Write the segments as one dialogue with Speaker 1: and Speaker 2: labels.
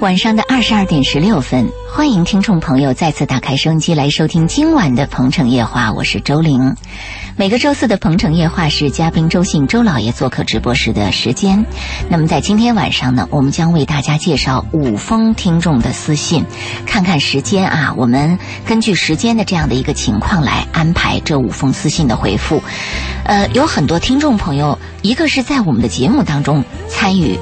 Speaker 1: 晚上的二十二点十六分，欢迎听众朋友再次打开收音机来收听今晚的《鹏城夜话》，我是周玲。每个周四的《鹏城夜话》是嘉宾周信周老爷做客直播时的时间。那么在今天晚上呢，我们将为大家介绍五封听众的私信，看看时间啊，我们根据时间的这样的一个情况来安排这五封私信的回复。呃，有很多听众朋友，一个是在我们的节目当中参与。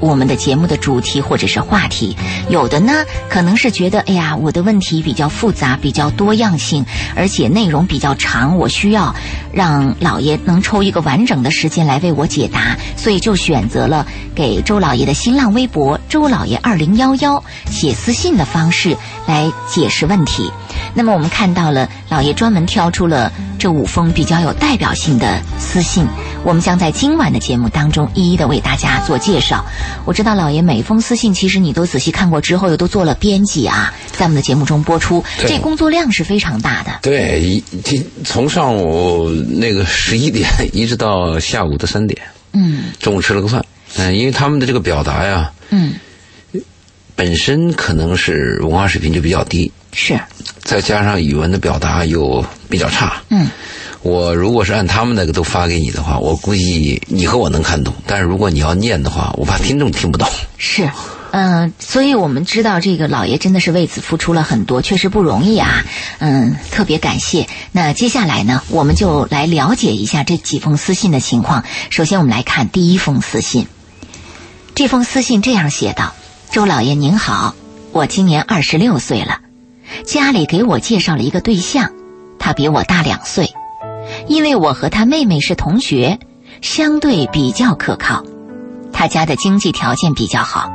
Speaker 1: 我们的节目的主题或者是话题，有的呢可能是觉得，哎呀，我的问题比较复杂，比较多样性，而且内容比较长，我需要让老爷能抽一个完整的时间来为我解答，所以就选择了给周老爷的新浪微博“周老爷二零幺幺”写私信的方式来解释问题。那么我们看到了老爷专门挑出了这五封比较有代表性的私信，我们将在今晚的节目当中一一的为大家做介绍。我知道老爷每一封私信，其实你都仔细看过之后，又都做了编辑啊，在我们的节目中播出，
Speaker 2: 对
Speaker 1: 这工作量是非常大的。
Speaker 2: 对，一今从上午那个十一点 一直到下午的三点，
Speaker 1: 嗯
Speaker 2: 中午吃了个饭。嗯，因为他们的这个表达呀，
Speaker 1: 嗯，
Speaker 2: 本身可能是文化水平就比较低，
Speaker 1: 是，
Speaker 2: 再加上语文的表达又比较差。
Speaker 1: 嗯
Speaker 2: 我如果是按他们那个都发给你的话，我估计你和我能看懂，但是如果你要念的话，我怕听众听不懂。
Speaker 1: 是。嗯，所以我们知道这个老爷真的是为此付出了很多，确实不容易啊。嗯，特别感谢。那接下来呢，我们就来了解一下这几封私信的情况。首先，我们来看第一封私信。这封私信这样写道：“周老爷您好，我今年二十六岁了，家里给我介绍了一个对象，他比我大两岁，因为我和他妹妹是同学，相对比较可靠。他家的经济条件比较好，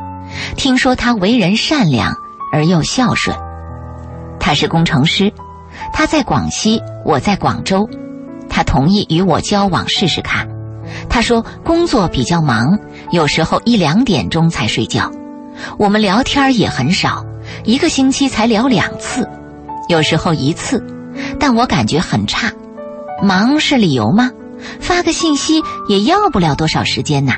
Speaker 1: 听说他为人善良而又孝顺。他是工程师，他在广西，我在广州。他同意与我交往试试看。他说工作比较忙，有时候一两点钟才睡觉。我们聊天也很少，一个星期才聊两次，有时候一次，但我感觉很差。忙是理由吗？发个信息也要不了多少时间呐、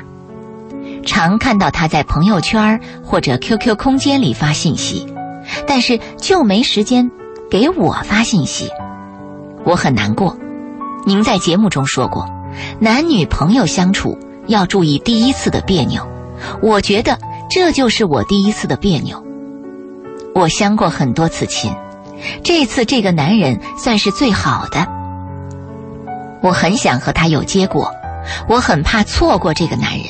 Speaker 1: 常看到他在朋友圈儿或者 QQ 空间里发信息，但是就没时间给我发信息，我很难过。您在节目中说过，男女朋友相处要注意第一次的别扭，我觉得这就是我第一次的别扭。我相过很多次亲，这次这个男人算是最好的。我很想和他有结果，我很怕错过这个男人。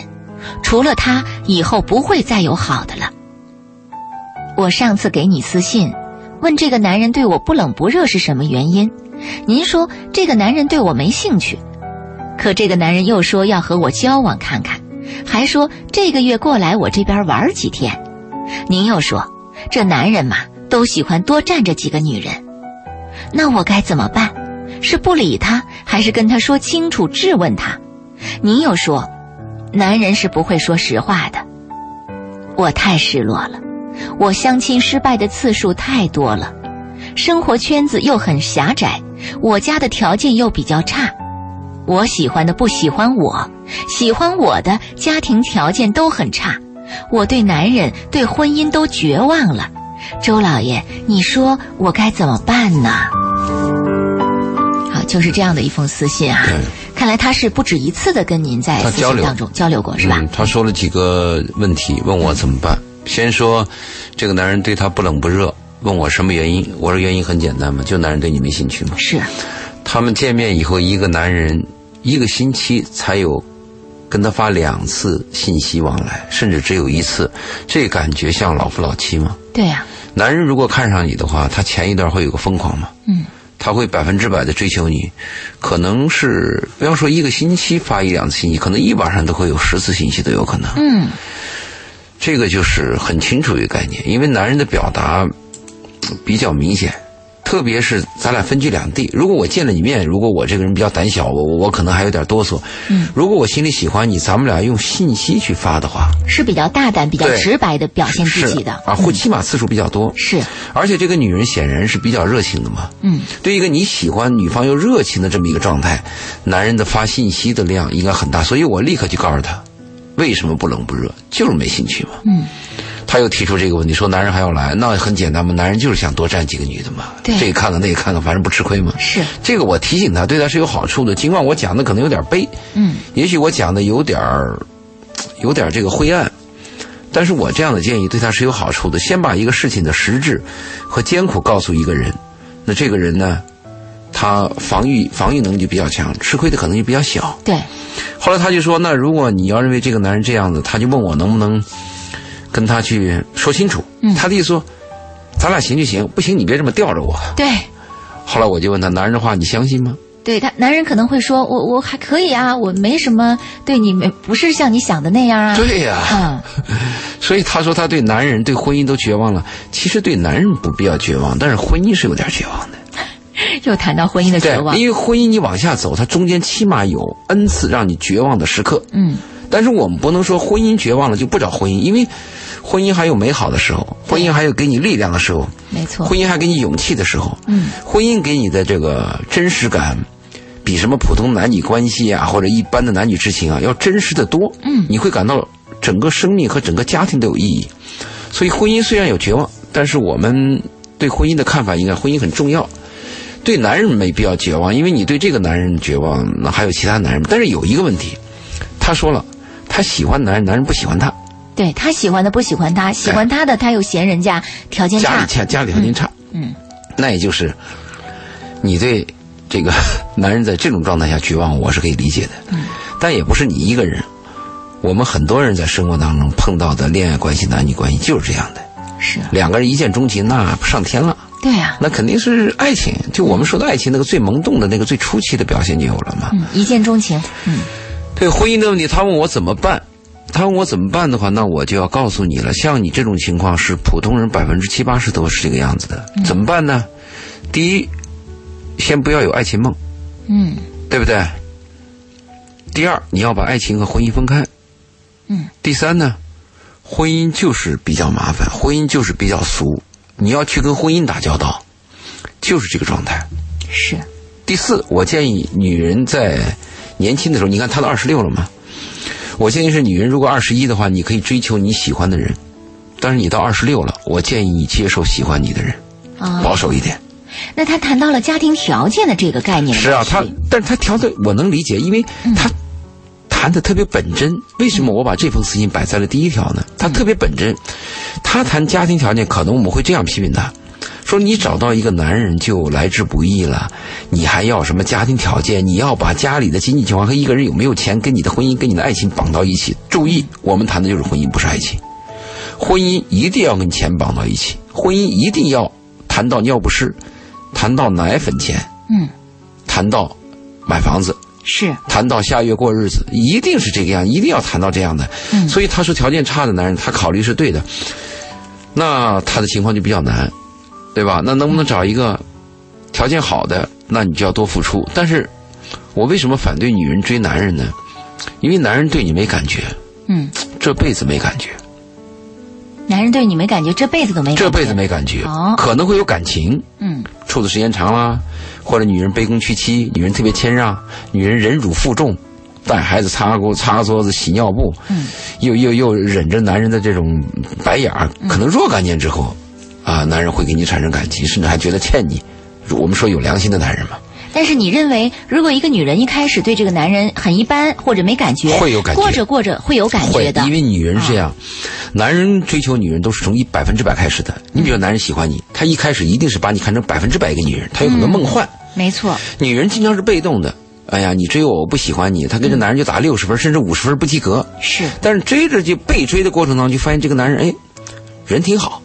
Speaker 1: 除了他，以后不会再有好的了。我上次给你私信，问这个男人对我不冷不热是什么原因，您说这个男人对我没兴趣，可这个男人又说要和我交往看看，还说这个月过来我这边玩几天。您又说这男人嘛，都喜欢多占着几个女人，那我该怎么办？是不理他，还是跟他说清楚质问他？您又说男人是不会说实话的。我太失落了，我相亲失败的次数太多了，生活圈子又很狭窄，我家的条件又比较差，我喜欢的不喜欢我，喜欢我的家庭条件都很差，我对男人、对婚姻都绝望了。周老爷，你说我该怎么办呢？好，就是这样的一封私信啊。
Speaker 2: 嗯
Speaker 1: 看来他是不止一次的跟您在
Speaker 2: 他
Speaker 1: 私
Speaker 2: 交
Speaker 1: 信
Speaker 2: 流
Speaker 1: 当中交流过，是吧？
Speaker 2: 嗯？他说了几个问题，问我怎么办。先说这个男人对他不冷不热，问我什么原因。我说原因很简单嘛，就男人对你没兴趣嘛。
Speaker 1: 是，
Speaker 2: 他们见面以后，一个男人一个星期才有跟他发两次信息往来，甚至只有一次，这感觉像老夫老妻吗？
Speaker 1: 对啊呀、
Speaker 2: 男人如果看上你的话，他前一段会有个疯狂嘛，
Speaker 1: 嗯，
Speaker 2: 他会百分之百的追求你，可能是不要说一个星期发一两次信息，可能一晚上都会有十次信息都有可能。
Speaker 1: 嗯，
Speaker 2: 这个就是很清楚一个概念，因为男人的表达嗯比较明显，特别是咱俩分居两地。如果我见了你面，如果我这个人比较胆小，我我我可能还有点哆嗦。嗯，如果我心里喜欢你，咱们俩用信息去发的话，
Speaker 1: 是比较大胆、比较
Speaker 2: 对
Speaker 1: 直白的表现
Speaker 2: 是
Speaker 1: 自己的，嗯
Speaker 2: 啊，或起码次数比较多。
Speaker 1: 是，
Speaker 2: 而且这个女人显然是比较热情的嘛。
Speaker 1: 嗯，
Speaker 2: 对一个你喜欢女方又热情的这么一个状态，男人的发信息的量应该很大，所以我立刻就告诉他，为什么不冷不热，就是没兴趣嘛。
Speaker 1: 嗯，
Speaker 2: 他又提出这个问题，说男人还要来，那很简单嘛，男人就是想多占几个女的嘛，
Speaker 1: 对
Speaker 2: 这个看看那个看看，反正不吃亏嘛。
Speaker 1: 是，
Speaker 2: 这个我提醒他，对他是有好处的。尽管我讲的可能有点悲，
Speaker 1: 嗯，
Speaker 2: 也许我讲的有点儿，有点儿这个灰暗，但是我这样的建议对他是有好处的。先把一个事情的实质和艰苦告诉一个人，那这个人呢，他防御防御能力就比较强，吃亏的可能就比较小。
Speaker 1: 对，
Speaker 2: 后来他就说，那如果你要认为这个男人这样子，他就问我能不能跟他去说清楚。
Speaker 1: 嗯
Speaker 2: 他的意思说，咱俩行就行，不行你别这么吊着我。
Speaker 1: 对，
Speaker 2: 后来我就问他，男人的话你相信吗？
Speaker 1: 对他男人可能会说，我我还可以啊，我没什么对你没不是像你想的那样啊。
Speaker 2: 对呀、
Speaker 1: 嗯，
Speaker 2: 所以他说他对男人、对婚姻都绝望了。其实对男人不必要绝望，但是婚姻是有点绝望的。
Speaker 1: 又谈到婚姻的啊绝望
Speaker 2: 对，。因为婚姻你往下走，它中间起码有 n 次让你绝望的时刻。
Speaker 1: 嗯，
Speaker 2: 但是我们不能说婚姻绝望了就不找婚姻，因为婚姻还有美好的时候，婚姻还有给你力量的时候，
Speaker 1: 没错。
Speaker 2: 婚姻还给你勇气的时候。
Speaker 1: 嗯，
Speaker 2: 婚姻给你的这个真实感，比什么普通男女关系啊，或者一般的男女之情啊，要真实的多。
Speaker 1: 嗯
Speaker 2: 你会感到整个生命和整个家庭都有意义。所以，婚姻虽然有绝望，但是我们对婚姻的看法应该，婚姻很重要。对男人没必要绝望，因为你对这个男人绝望，那还有其他男人。但是有一个问题，他说了，他喜欢男人，男人不喜欢他，
Speaker 1: 对他喜欢的不喜欢他，喜欢他的他又嫌人家条件
Speaker 2: 家
Speaker 1: 差。
Speaker 2: 里家家里条件差。
Speaker 1: 嗯，
Speaker 2: 那也就是你对这个 男人在这种状态下绝望，我是可以理解的。
Speaker 1: 嗯
Speaker 2: 但也不是你一个人，我们很多人在生活当中碰到的恋爱关系、男女关系就是这样的，
Speaker 1: 是啊，
Speaker 2: 两个人一见钟情，那上天了。
Speaker 1: 对啊。
Speaker 2: 那肯定是爱情，就我们说的爱情那个最萌动的那个最初期的表现就有了嘛。
Speaker 1: 嗯，一见钟情。嗯，
Speaker 2: 对婚姻的问题，他问我怎么办，他问我怎么办的话，那我就要告诉你了。像你这种情况是普通人百分之七八十都是这个样子的，怎么办呢？第一，先不要有爱情梦，
Speaker 1: 嗯，
Speaker 2: 对不对？第二，你要把爱情和婚姻分开。
Speaker 1: 嗯。
Speaker 2: 第三呢，婚姻就是比较麻烦，婚姻就是比较俗，你要去跟婚姻打交道，就是这个状态。
Speaker 1: 是。
Speaker 2: 第四，我建议女人在年轻的时候，你看她都二十六了嘛，我建议是女人如果二十一的话，你可以追求你喜欢的人，但是你到二十六了，我建议你接受喜欢你的人，
Speaker 1: 啊、
Speaker 2: 保守一点。
Speaker 1: 那他谈到了家庭条件的这个概念了。
Speaker 2: 是啊，他但是他调的我能理解，因为他谈的特别本真。为什么我把这封私信摆在了第一条呢？他特别本真，他谈家庭条件，可能我们会这样批评他。说你找到一个男人就来之不易了，你还要什么家庭条件？你要把家里的经济情况和一个人有没有钱跟你的婚姻、跟你的爱情绑到一起。注意，我们谈的就是婚姻，不是爱情。婚姻一定要跟钱绑到一起，婚姻一定要谈到尿不湿，谈到奶粉钱，
Speaker 1: 嗯，
Speaker 2: 谈到买房子，
Speaker 1: 是。
Speaker 2: 谈到下月过日子，一定是这个样，一定要谈到这样的。
Speaker 1: 嗯
Speaker 2: 所以他说条件差的男人，他考虑是对的，那他的情况就比较难，对吧？那能不能找一个条件好的？那你就要多付出。但是我为什么反对女人追男人呢？因为男人对你没感觉，
Speaker 1: 嗯，
Speaker 2: 这辈子没感觉，
Speaker 1: 男人对你没感觉，这辈子都没感觉。
Speaker 2: 这辈子。没感觉
Speaker 1: 哦，
Speaker 2: 可能会有感情，
Speaker 1: 嗯，
Speaker 2: 处的时间长啦，或者女人卑躬屈膝，女人特别谦让，女人忍辱负重，带孩子擦锅、擦桌子、洗尿布，
Speaker 1: 嗯，
Speaker 2: 又又又忍着男人的这种白眼儿，
Speaker 1: 嗯
Speaker 2: 可能若干年之后，啊，男人会给你产生感情，甚至还觉得欠你。我们说有良心的男人嘛，
Speaker 1: 但是你认为，如果一个女人一开始对这个男人很一般或者没感觉，
Speaker 2: 会有感觉
Speaker 1: 过着过着会有感
Speaker 2: 会
Speaker 1: 觉的，嗯
Speaker 2: 因为女人是这样，男人追求女人都是从一百分之百开始的。你
Speaker 1: 嗯
Speaker 2: 比如男人喜欢你，他一开始一定是把你看成百分之百一个女人，他有
Speaker 1: 嗯
Speaker 2: 很多梦幻。
Speaker 1: 没错，
Speaker 2: 女人经常是被动的。哎呀，你追我，我不喜欢你，她跟这男人就打六十分，甚至五十分不及格。
Speaker 1: 是
Speaker 2: 但是追着就被追的过程当中，就发现这个男人，哎，人挺好。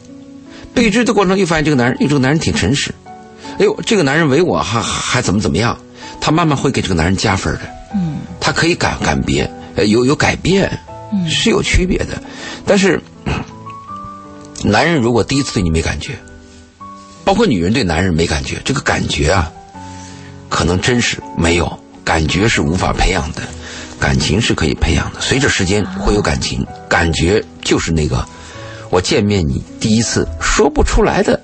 Speaker 2: 被追的过程中，又发现这个男人，哎，这个男人挺诚实。哎呦，这个男人为我还还还怎么怎么样？她慢慢会给这个男人加分的。嗯，她可以改改变，呃，有有改变，是有区别的。但是，男人如果第一次对你没感觉，包括女人对男人没感觉，这个感觉啊，可能真是没有感觉是无法培养的，感情是可以培养的，随着时间会有感情，感觉就是那个我见面你第一次说不出来的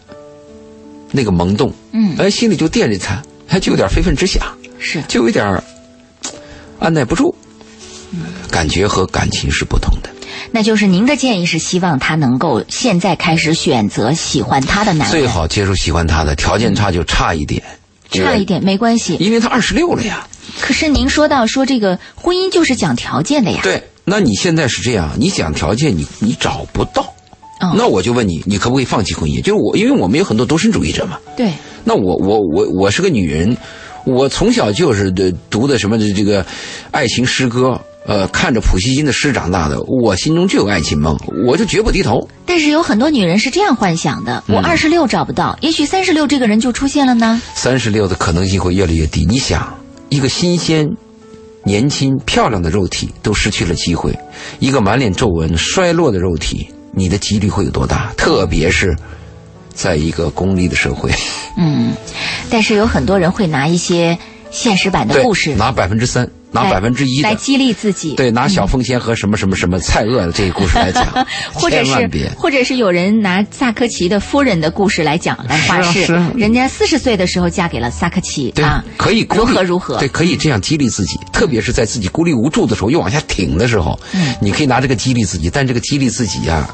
Speaker 2: 那个萌动，
Speaker 1: 嗯
Speaker 2: 哎，心里就惦着他，还就有点非分之想，
Speaker 1: 是
Speaker 2: 就有点儿嘖按耐不住，感觉和感情是不同的。
Speaker 1: 那就是您的建议是希望他能够现在开始选择喜欢他的男人，
Speaker 2: 最好接触喜欢他的，条件差就差一点，
Speaker 1: 差一点没关系。
Speaker 2: 因为他二十六了呀。
Speaker 1: 可是您说到说这个婚姻就是讲条件的呀，
Speaker 2: 对，那你现在是这样，你讲条件，你你找不到。
Speaker 1: 哦
Speaker 2: 那我就问你，你可不可以放弃婚姻？就是我，因为我们有很多独身主义者嘛。
Speaker 1: 对，
Speaker 2: 那我我我我是个女人，我从小就是的读的什么的这个爱情诗歌，呃，看着普希金的诗长大的，我心中就有爱情梦，我就绝不低头。
Speaker 1: 但是有很多女人是这样幻想的：
Speaker 2: 嗯
Speaker 1: 我二十六找不到，也许三十六这个人就出现了呢。
Speaker 2: 三十六的可能性会越来越低。你想，一个新鲜、年轻、漂亮的肉体都失去了机会，一个满脸皱纹、衰落的肉体，你的几率会有多大？特别是在一个功利的社会，
Speaker 1: 嗯，但是有很多人会拿一些现实版的
Speaker 2: 对
Speaker 1: 故事，
Speaker 2: 拿百分之三，拿
Speaker 1: 来
Speaker 2: 百分之一
Speaker 1: 来嗯
Speaker 2: 的。
Speaker 1: 激励自己，，
Speaker 2: 对，拿小凤仙和什么什么什么蔡锷的这个故事来讲
Speaker 1: 或者
Speaker 2: 千
Speaker 1: 是
Speaker 2: 万别
Speaker 1: 或者是有人拿萨科齐的夫人的故事来讲来画
Speaker 2: 是啊是
Speaker 1: 事
Speaker 2: 啊，
Speaker 1: 人家四十岁的时候嫁给了萨科齐
Speaker 2: 对
Speaker 1: 啊，，
Speaker 2: 可以
Speaker 1: 如
Speaker 2: 鼓励
Speaker 1: 何如何
Speaker 2: 对，可以这样激励自己，特别是在自己孤立无助的时候，又往下挺的时候，
Speaker 1: 嗯
Speaker 2: 你可以拿这个激励自己，但这个激励自己呀、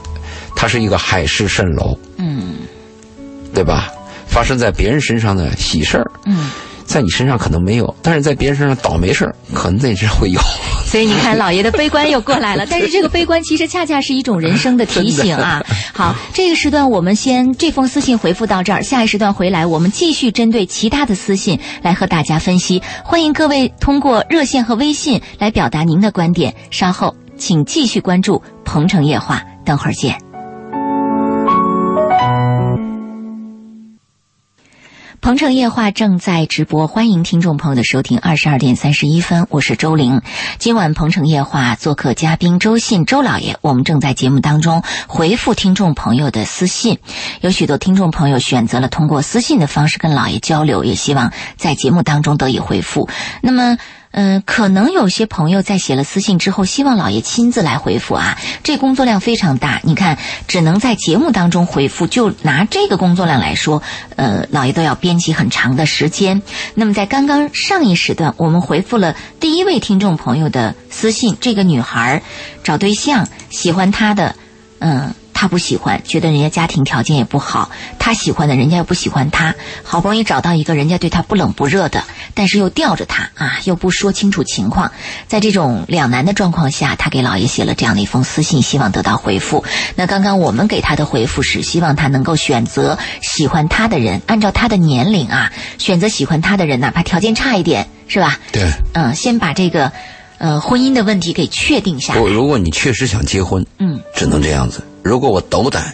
Speaker 2: 它是一个海市蜃楼，
Speaker 1: 嗯
Speaker 2: 对吧？发生在别人身上的喜事儿，
Speaker 1: 嗯，
Speaker 2: 在你身上可能没有，但是在别人身上倒霉事儿，可能在你身上会 有。
Speaker 1: 所以你看，老爷的悲观又过来了。但是这个悲观其实恰恰是一种人生的提醒啊。好，这个时段我们先这封私信回复到这儿，下一时段回来我们继续针对其他的私信来和大家分析。欢迎各位通过热线和微信来表达您的观点。稍后请继续关注《鹏城夜话》，等会儿见。鹏城夜话正在直播，欢迎听众朋友的收听。二十二点三十一分，我是周玲。今晚鹏城夜话做客嘉宾周信周老爷，我们正在节目当中回复听众朋友的私信。有许多听众朋友选择了通过私信的方式跟老爷交流，也希望在节目当中得以回复。那么。嗯，可能有些朋友在写了私信之后，希望老爷亲自来回复啊。这工作量非常大，你看，只能在节目当中回复。就拿这个工作量来说，呃，老爷都要编辑很长的时间。那么在刚刚上一时段，我们回复了第一位听众朋友的私信，这个女孩儿找对象，喜欢他的，嗯，他不喜欢，觉得人家家庭条件也不好，他喜欢的人家又不喜欢他，好不容易找到一个人家对他不冷不热的，但是又吊着他啊，又不说清楚情况，在这种两难的状况下，他给老爷写了这样的一封私信，希望得到回复。那刚刚我们给他的回复是，希望他能够选择喜欢他的人，按照他的年龄啊，选择喜欢他的人，哪怕条件差一点，是吧？
Speaker 2: 对，
Speaker 1: 嗯，先把这个，呃，婚姻的问题给确定下来。
Speaker 2: 我如果你确实想结婚，
Speaker 1: 嗯，
Speaker 2: 只能这样子。如果我斗胆、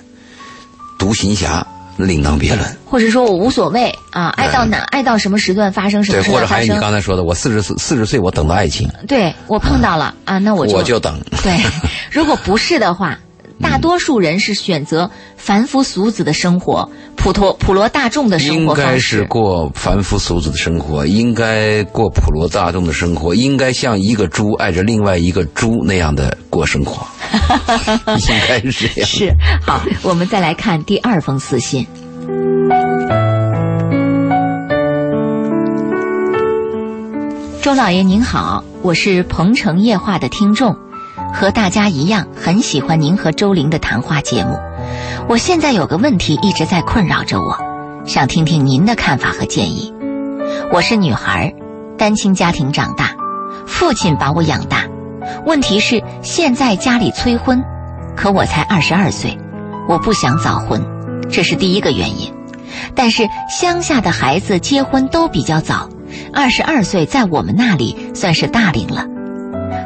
Speaker 2: 独行侠，另当别论。
Speaker 1: 或者说我无所谓啊，爱到哪、爱到什么时段发生什
Speaker 2: 哎对，
Speaker 1: 么时
Speaker 2: 或
Speaker 1: 段
Speaker 2: 者
Speaker 1: 发
Speaker 2: 还有你
Speaker 1: 生，
Speaker 2: 刚才说的，我四十岁，四十岁我等到爱情，
Speaker 1: 对我碰到了、啊，那我就
Speaker 2: 我就嗯等。
Speaker 1: 对。如果不是的话，大多数人是选择凡夫俗子的生活，普陀普罗大众的生
Speaker 2: 应
Speaker 1: 活
Speaker 2: 该
Speaker 1: 方
Speaker 2: 是
Speaker 1: 式。
Speaker 2: 过凡夫俗子的生活，应该过普罗大众的生活，应该像一个猪爱着另外一个猪那样的过 生活，应该是这样。
Speaker 1: 是好，我们再来看第二封私信。周老爷您好，我是鹏城夜话的听众，和大家一样很喜欢您和周玲的谈话节目。我现在有个问题一直在困扰着我，想听听您的看法和建议。我是女孩，单亲家庭长大，父亲把我养大。问题是现在家里催婚，可我才二十二岁，我不想早婚，这是第一个原因。但是乡下的孩子结婚都比较早，二十二岁在我们那里算是大龄了。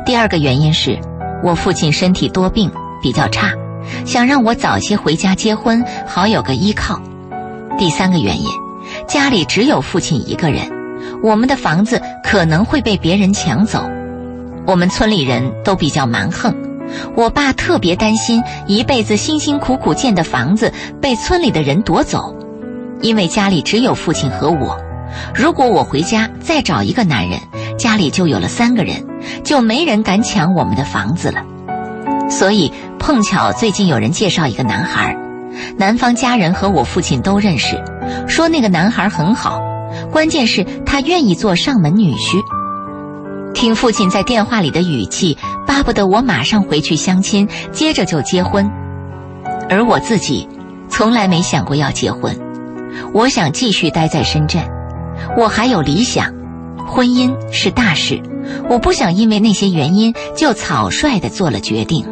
Speaker 1: 第二个原因是，我父亲身体多病，比较差，想让我早些回家结婚，好有个依靠。第三个原因，家里只有父亲一个人，我们的房子可能会被别人抢走。我们村里人都比较蛮横，我爸特别担心一辈子辛辛苦苦建的房子被村里的人夺走，因为家里只有父亲和我。如果我回家再找一个男人，家里就有了三个人，就没人敢抢我们的房子了。所以碰巧最近有人介绍一个男孩，男方家人和我父亲都认识，说那个男孩很好，关键是他愿意做上门女婿。听父亲在电话里的语气，巴不得我马上回去相亲，接着就结婚。而我自己，从来没想过要结婚。我想继续待在深圳，我还有理想，婚姻是大事，我不想因为那些原因就草率的做了决定。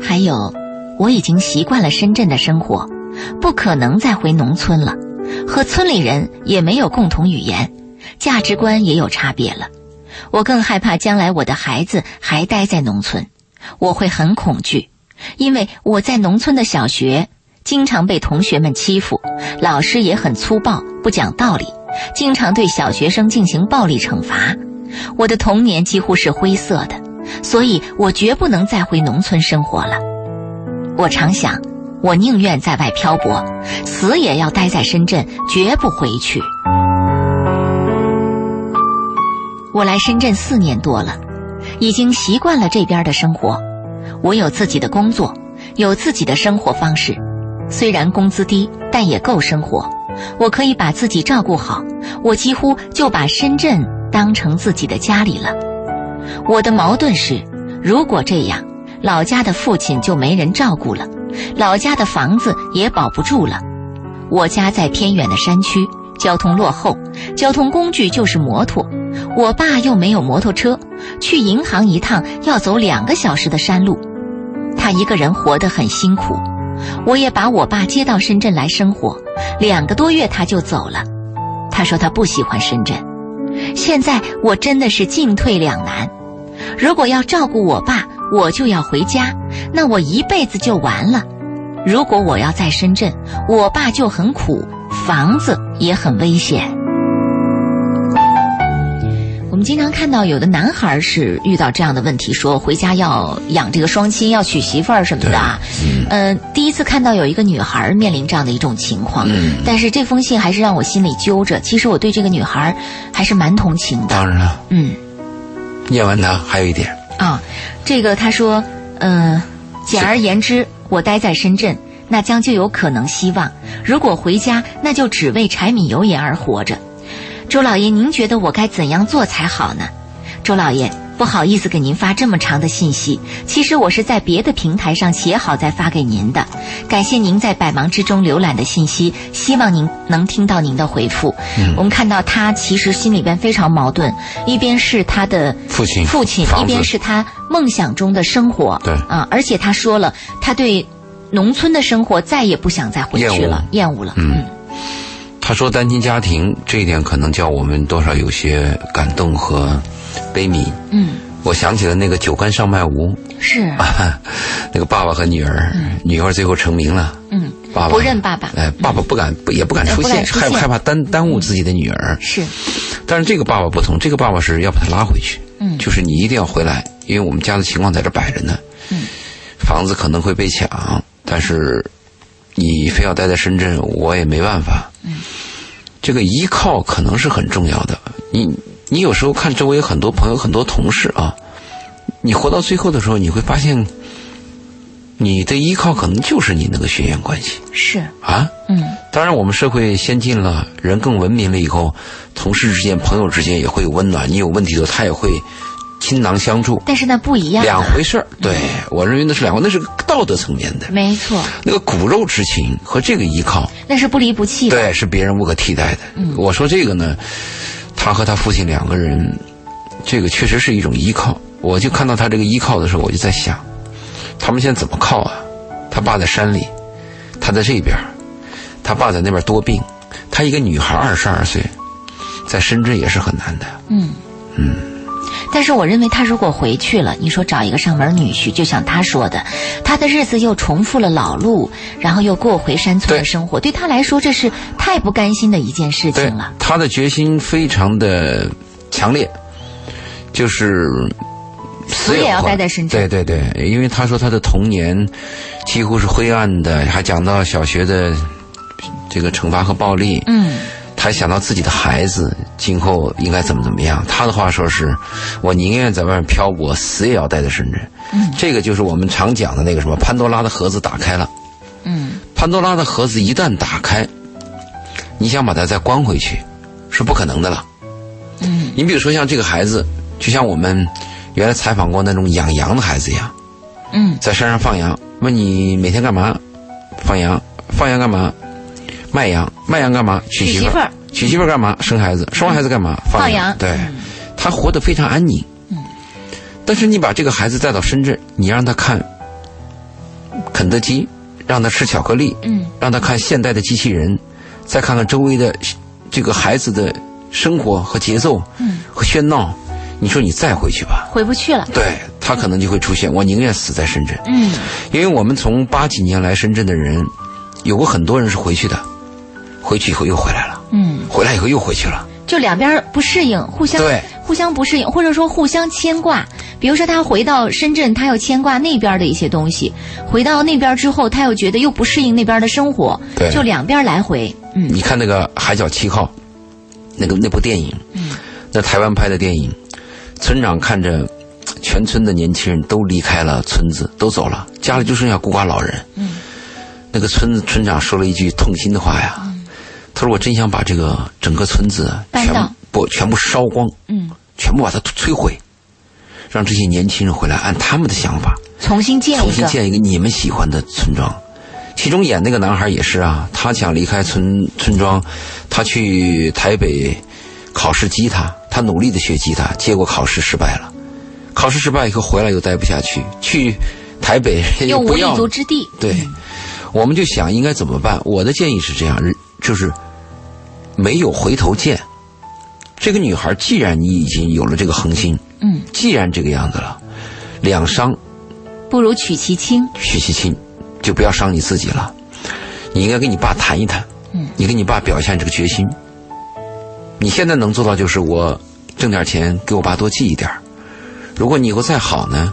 Speaker 1: 还有，我已经习惯了深圳的生活，不可能再回农村了，和村里人也没有共同语言，价值观也有差别了。我更害怕将来我的孩子还待在农村，我会很恐惧，因为我在农村的小学经常被同学们欺负，老师也很粗暴，不讲道理，经常对小学生进行暴力惩罚。我的童年几乎是灰色的。所以我绝不能再回农村生活了。我常想，我宁愿在外漂泊，死也要待在深圳，绝不回去。我来深圳四年多了，已经习惯了这边的生活。我有自己的工作，有自己的生活方式，虽然工资低，但也够生活。我可以把自己照顾好，我几乎就把深圳当成自己的家里了。我的矛盾是，如果这样，老家的父亲就没人照顾了，老家的房子也保不住了。我家在偏远的山区，交通落后，交通工具就是摩托。我爸又没有摩托车，去银行一趟要走两个小时的山路，他一个人活得很辛苦。我也把我爸接到深圳来生活，两个多月他就走了。他说他不喜欢深圳。现在我真的是进退两难。如果要照顾我爸，我就要回家，那我一辈子就完了；如果我要在深圳，我爸就很苦，房子也很危险。我们经常看到有的男孩是遇到这样的问题，说回家要养这个双亲，要娶媳妇儿什么的啊。呃，第一次看到有一个女孩面临这样的一种情况，但是这封信还是让我心里揪着。其实我对这个女孩还是蛮同情的。
Speaker 2: 当然了，
Speaker 1: 嗯。
Speaker 2: 念完它还有一点，
Speaker 1: 啊，这个他说，呃，简而言之，我待在深圳，那将就有可能希望；如果回家，那就只为柴米油盐而活着。周老爷，您觉得我该怎样做才好呢？周老爷，不好意思给您发这么长的信息，其实我是在别的平台上写好再发给您的。感谢您在百忙之中浏览的信息，希望您能听到您的回复。
Speaker 2: 嗯
Speaker 1: 我们看到他其实心里边非常矛盾，一边是他的
Speaker 2: 父亲
Speaker 1: 父亲
Speaker 2: 房子
Speaker 1: 一边是他梦想中的生活，
Speaker 2: 对
Speaker 1: 啊，而且他说了，他对农村的生活再也不想再回去了，厌恶了，嗯
Speaker 2: 他说单亲家庭这一点可能叫我们多少有些感动和悲悯。
Speaker 1: 嗯，
Speaker 2: 我想起了那个酒干上麦无，
Speaker 1: 是，
Speaker 2: 那个爸爸和女儿，女儿最后成名了，
Speaker 1: 嗯，
Speaker 2: 爸爸
Speaker 1: 不认爸爸
Speaker 2: 哎，爸爸不敢，不也不敢出
Speaker 1: 不敢
Speaker 2: 现，
Speaker 1: 出
Speaker 2: 害
Speaker 1: 现
Speaker 2: 害怕耽耽误自己的女儿。
Speaker 1: 是，
Speaker 2: 但是这个爸爸不同，这个爸爸是要把他拉回去，
Speaker 1: 嗯
Speaker 2: 就是你一定要回来，因为我们家的情况在这摆着呢，
Speaker 1: 嗯，
Speaker 2: 房子可能会被抢，但是你非要待在深圳，我也没办法，嗯，这个依靠可能是很重要的。你你有时候看周围很多朋友、很多同事啊，你活到最后的时候，你会发现，你的依靠可能就是你那个血缘关系
Speaker 1: 是，
Speaker 2: 啊，
Speaker 1: 嗯
Speaker 2: 当然，我们社会先进了，人更文明了以后，同事之间、朋友之间也会有温暖。你有问题的时候，他也会倾囊相助，
Speaker 1: 但是那不一样啊，
Speaker 2: 两回事儿。对我认为那是两回，那是道德层面的，
Speaker 1: 没错，
Speaker 2: 那个骨肉之情和这个依靠，
Speaker 1: 那是不离不弃的，
Speaker 2: 对，是别人无可替代的。我说这个呢，他和他父亲两个人，这个确实是一种依靠。我就看到他这个依靠的时候，我就在想，他们现在怎么靠啊？他爸在山里，他在这边儿，他爸在那边多病，他一个女孩二十二岁，在深圳也是很难的。
Speaker 1: 嗯但是我认为他如果回去了，你说找一个上门女婿，就像他说的，他的日子又重复了老路，然后又过回山村的
Speaker 2: 对
Speaker 1: 生活，对他来说这是太不甘心的一件事
Speaker 2: 对
Speaker 1: 情了，，
Speaker 2: 他的决心非常的强烈，就是死
Speaker 1: 死也要
Speaker 2: 不回
Speaker 1: 待在深圳。
Speaker 2: 对对对，因为他说他的童年几乎是灰暗的，还讲到小学的这个惩罚和暴力，
Speaker 1: 嗯，
Speaker 2: 他还想到自己的孩子今后应该怎么怎么样。他的话说是：“我宁愿在外面漂泊，死也要待在深圳。”嗯，这个就是我们常讲的那个什么潘多拉的盒子打开了。
Speaker 1: 嗯，
Speaker 2: 潘多拉的盒子一旦打开，你想把它再关回去是不可能的了。
Speaker 1: 嗯，
Speaker 2: 你比如说像这个孩子，就像我们原来采访过那种养羊的孩子一样，
Speaker 1: 嗯
Speaker 2: 在山上放羊，问你每天干嘛？放羊，放羊干嘛？卖羊，卖羊干嘛？娶
Speaker 1: 娶
Speaker 2: 媳
Speaker 1: 媳妇
Speaker 2: 妇
Speaker 1: 儿
Speaker 2: 儿，娶媳妇儿干嘛？生孩子，生完孩子干嘛？
Speaker 1: 放羊
Speaker 2: 对，他活得非常安宁。
Speaker 1: 嗯，
Speaker 2: 但是你把这个孩子带到深圳，你让他看肯德基，让他吃巧克力，
Speaker 1: 嗯
Speaker 2: 让他看现代的机器人，再看看周围的这个孩子的生活和节奏
Speaker 1: 嗯，
Speaker 2: 和喧闹，你说你再回去吧，
Speaker 1: 回不去了。
Speaker 2: 对他可能就会出现，我宁愿死在深圳。
Speaker 1: 嗯
Speaker 2: 因为我们从八几年来深圳的人，有过很多人是回去的，回去以后又回来了，
Speaker 1: 嗯，
Speaker 2: 回来以后又回去了。
Speaker 1: 就两边不适应，互相
Speaker 2: 对
Speaker 1: 互相不适应，或者说互相牵挂。比如说他回到深圳，他又牵挂那边的一些东西；回到那边之后，他又觉得又不适应那边的生活。
Speaker 2: 对
Speaker 1: 就两边来回。嗯
Speaker 2: 你看那个《海角七号》，那个那部电影，
Speaker 1: 嗯
Speaker 2: 那台湾拍的电影，村长看着全村的年轻人都离开了村子，都走了，家里就剩下孤寡老人。
Speaker 1: 嗯，
Speaker 2: 那个村子村长说了一句痛心的话呀，他说：“我真想把这个整个村子
Speaker 1: 嗯搬
Speaker 2: 全
Speaker 1: 到
Speaker 2: 不全部烧光，
Speaker 1: 嗯，
Speaker 2: 全部把它摧毁，让这些年轻人回来按他们的想法
Speaker 1: 重新建
Speaker 2: 重
Speaker 1: 一
Speaker 2: 新
Speaker 1: 个。
Speaker 2: 建一个你们喜欢的村庄。其中演那个男孩也是啊，他想离开村村庄，他去台北考试吉他，他努力的学吉他，结果考试失败了。考试失败以后回来又待不下去，去台北人
Speaker 1: 又
Speaker 2: 又
Speaker 1: 无
Speaker 2: 不
Speaker 1: 立
Speaker 2: 要
Speaker 1: 足之地。
Speaker 2: 对，我们就想应该怎么办？我的建议是这样，就是没有回头箭。这个女孩，既然你已经有了这个恒心，
Speaker 1: 嗯，
Speaker 2: 既然这个样子了，两伤
Speaker 1: 不如取其轻。
Speaker 2: 许其清，就不要伤你自己了。你应该跟你爸谈一谈，
Speaker 1: 嗯，
Speaker 2: 你跟你爸表现这个决心。你现在能做到就是我挣点钱给我爸多寄一点儿如果你以后再好呢，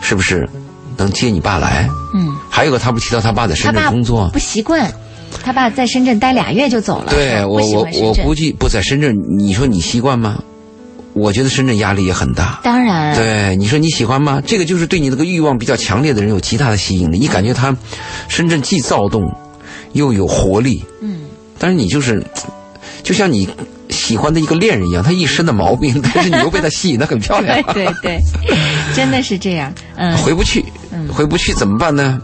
Speaker 2: 是不是能接你爸来？
Speaker 1: 嗯，
Speaker 2: 还有个，他不提到他爸在
Speaker 1: 他
Speaker 2: 深圳
Speaker 1: 爸
Speaker 2: 工作，
Speaker 1: 不习惯，他爸在深圳待俩月就走了。
Speaker 2: 对我
Speaker 1: 不喜
Speaker 2: 我
Speaker 1: 欢
Speaker 2: 我
Speaker 1: 深圳。
Speaker 2: 估计不在深圳，你说你习惯吗？我觉得深圳压力也很大。
Speaker 1: 当然，
Speaker 2: 对，你说你喜欢吗？这个就是对你那个欲望比较强烈的人有极大的吸引力。你感觉他深圳既躁动又有活力，
Speaker 1: 嗯，
Speaker 2: 但是你就是就像你喜欢的一个恋人一样，他一身的 毛病，但是你又被他吸引，他很漂亮
Speaker 1: 对， 对对，真的是这样。嗯，
Speaker 2: 回不去，回不去怎么办呢？